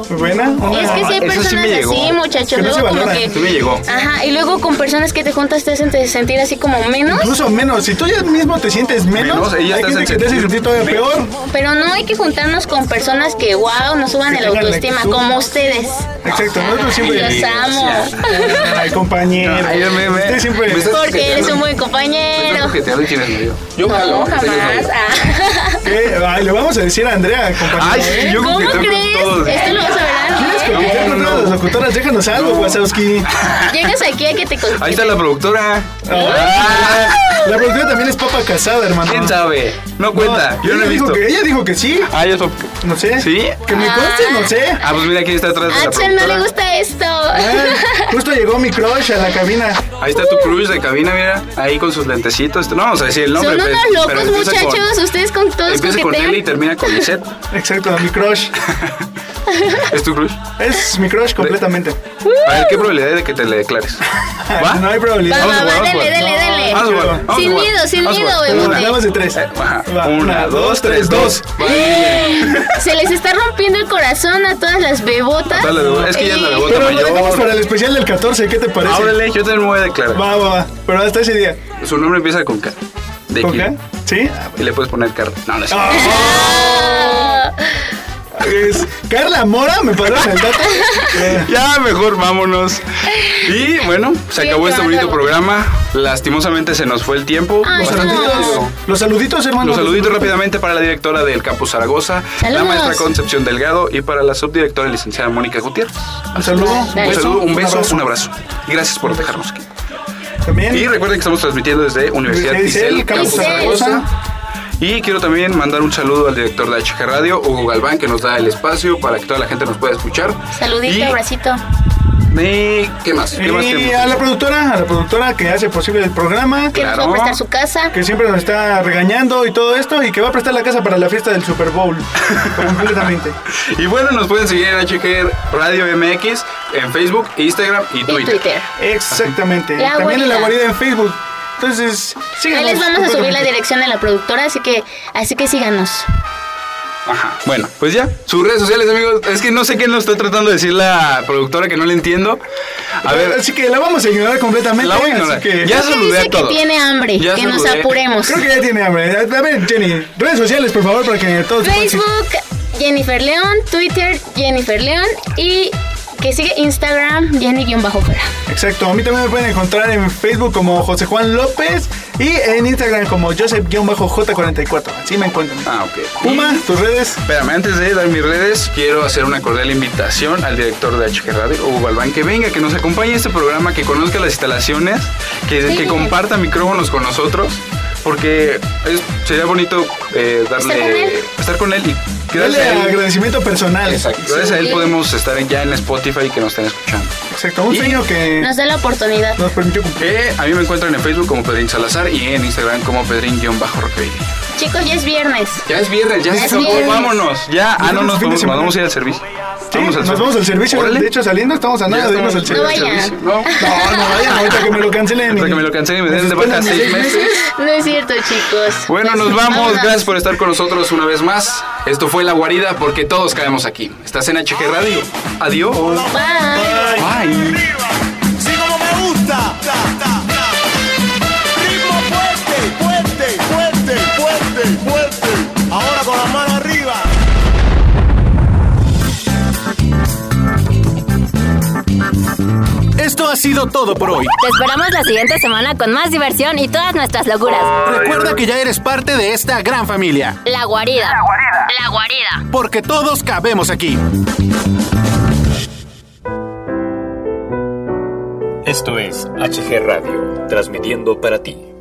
G: Muy buena. una-
F: Es que
B: Ah,
F: si hay personas así, muchachos,
G: Que no se
F: luego como
G: valora.
F: que... Ajá, y luego con personas que te juntas te hacen te sentir así como menos.
G: Incluso menos. Si tú ya mismo te sientes menos,
B: Menos, ella
G: hay
B: te
G: gente
B: hace
G: que te hace
B: sentir
G: sentir todavía
B: menos.
G: peor.
F: Pero no hay que juntarnos con personas que, wow, nos suban
G: Que
F: el
G: tengan la
F: autoestima,
G: actitud.
F: como ustedes.
G: Exacto, nosotros siempre.
F: Los amo.
G: Ay, compañero.
B: Ay, me- me-
G: Usted siempre.
B: me estás
F: Porque eres
B: coqueteando.
F: un buen compañero.
B: Que te hablen quién es novio. Yo
F: No, jamás. Ah.
G: ¿Qué? Ay, le vamos a decir a Andrea, compañero.
B: Ay, sí, yo
F: ¿Cómo
B: coqueteo con
F: crees?
B: todos.
F: Esto lo vas a ver antes.
G: ¿Quieres coquetear con una de las locutoras? Déjanos algo, Wazowski.
F: Llegas aquí a que te con-
B: Ahí está la productora.
G: Ah, La productora también es papa casada, hermano.
B: ¿Quién sabe? No cuenta. yo no
G: ella
B: he
G: dijo
B: visto.
G: que- ella dijo que sí.
B: Ah, ya so-
G: No sé.
B: ¿Sí?
G: Que me conste, no sé.
B: Ah, pues mira quién está atrás de
F: A
B: la
F: Axel no le
B: productora. Eh,
F: gusta esto.
G: Ay, justo llegó mi crush a la cabina.
B: Ahí está tu crush de cabina, mira. Ahí con sus lentecitos. No vamos a decir el nombre.
F: Son
B: pe-
F: unos
B: pero
F: locos,
B: empieza con-
F: muchachos. Ustedes con todos
B: Empieza con él y
F: coquetean.
B: termina con Lisette.
G: Exacto, mi crush.
B: ¿Es tu crush?
G: Es mi crush completamente.
B: A ver, ¿qué probabilidad hay de que te le declares? ¿Va?
G: No hay probabilidad.
F: Va, va, va,
B: Vamos a jugar, vamos a jugar.
F: dele, dele, dele.
B: Vamos a jugar, vamos a
F: Sin
B: jugar,
F: miedo, sin
B: vamos a
F: miedo,
B: jugar.
G: Una,
F: bebote.
G: hablamos de tres.
B: Ajá.
G: Va,
B: Eh, Una, dos, tres, dos.
F: Se les está rompiendo el corazón a todas las bebotas.
B: Dale, dale, Es que ya es la bebota
G: Pero lo dejamos para el
B: mayor.
G: especial del 14, ¿qué te parece?
B: Ábrele, Ah, yo también me voy a declarar.
G: Va, va, va. Pero hasta ese día.
B: Su nombre empieza con K. De
G: ¿Con
B: Kilo.
G: qué? Ah. ¿Sí?
B: Y le puedes poner Carla. No, no es cierto.
G: Ah. Es Carla Mora, me parece el dato. Eh,
B: Ya, mejor vámonos. Y bueno, se acabó este bonito programa. Lastimosamente se nos fue el tiempo.
F: Ay,
G: Los
B: Bastante
G: saluditos,
B: rápido.
G: los saluditos, hermano.
B: Los saluditos rápidamente para la directora del Campus Zaragoza, la
F: Saludos.
B: maestra Concepción Delgado y para la subdirectora licenciada Mónica Gutiérrez.
G: Un saludo.
B: Un saludo, un beso,
G: abrazo.
B: un abrazo. Y Gracias por dejarnos aquí.
G: También. Eh,
B: Y recuerden que estamos transmitiendo desde Universidad
G: Desde
B: Ticel,
G: el Campus
B: Campus Zaragoza. Y quiero también mandar un saludo al director de HG Radio, Hugo Galván, que nos da el espacio para que toda la gente nos pueda escuchar.
F: Saludito,
B: Y-
F: abracito.
B: ¿Y qué más? ¿Qué más?
G: Y
B: qué
G: a
B: más?
G: la productora, a la productora que hace posible el programa,
F: Que nos va a
B: Claro.
F: prestar su casa.
G: que siempre nos está regañando y todo esto, y que va a prestar la casa para la fiesta del Super Bowl. completamente.
B: Y bueno, nos pueden seguir en HG Radio MX, en Facebook, Instagram y
F: Y
B: Twitter.
F: Twitter.
G: Exactamente.
F: La
G: También en la guarida
F: guarida
G: en Facebook. Entonces, síganos.
F: Ahí les vamos a subir la
G: completamente.
F: dirección de la productora, así que, así que síganos.
B: Ajá. Bueno, pues ya. Sus redes sociales, amigos. Es que no sé qué nos está tratando de decir la productora que no le entiendo. A ver,
G: Así que la vamos a ignorar completamente.
B: la voy a
G: así
B: ignorar.
G: que-
B: Ya
F: Es que
B: saludé a
F: dice que
B: todos.
F: tiene hambre,
B: Ya
F: que nos
B: saludé.
F: apuremos.
G: Creo que ya tiene hambre. A ver, Jenny, redes sociales, por favor, para que
B: Pues,
G: todos
F: Facebook, Jennifer León, Twitter, Jennifer León y que sigue Instagram, Jenny-Fera.
G: Exacto, a mí también me pueden encontrar en Facebook como José Juan López y en Instagram como Joseph-J44. Así me encuentran.
B: Ah, ok.
G: Puma, tus redes.
B: Espérame, antes de dar mis redes, quiero hacer una cordial invitación al director de HG Radio, Hugo Galván, que venga, que nos acompañe a este programa, que conozca las instalaciones, que, que comparta micrófonos con nosotros, porque es- sería bonito eh, darle.
F: Estar con él.
B: estar con él y gracias
G: Dale
B: a él.
G: agradecimiento personal.
B: Exacto, Gracias a él podemos estar ya en Spotify y que nos estén escuchando.
G: Exacto, un
B: Y-
G: sueño que
F: Nos da la oportunidad.
G: nos permitió cumplir.
B: Eh, a mí me encuentran en Facebook como Pedrín Salazar y en Instagram como Pedrín-Rockbaby.
F: Chicos, ya es viernes.
B: Ya es viernes, ya,
F: Ya
B: se
F: es
B: acabó,
F: viernes.
B: vámonos. Ya, ah, no,
G: Viernes,
B: nos
G: fin de
B: vamos,
G: semana.
B: vamos a ir al servicio.
G: Sí, nos vamos al servicio.
B: Órale.
G: De hecho, saliendo estamos a
B: Ya
G: nada de irnos al
B: estamos
G: servicio.
F: No vayan.
B: No,
G: No, no vayan, ahorita que me lo cancelen.
B: hasta
G: y-
B: que me lo cancelen y me den de
G: Después
B: baja
G: de
B: seis
G: seis
B: meses.
F: No es cierto, chicos.
B: Bueno,
F: Pues,
B: nos vamos.
F: vámonos.
B: Gracias por estar con nosotros una vez más. Esto fue La Guarida porque todos caemos aquí. Estás en HG Radio. Adiós.
F: Bye.
B: Bye.
H: Sí, como me gusta. Ritmo fuerte, fuerte, fuerte, fuerte, fuerte. Ahora con las manos arriba.
Q: Esto ha sido todo por hoy.
I: Te esperamos la siguiente semana con más diversión y todas nuestras locuras.
Q: Recuerda que ya eres parte de esta gran familia,
I: La guarida. La guarida. La guarida.
Q: porque todos cabemos aquí.
R: Esto es HG Radio, transmitiendo para ti.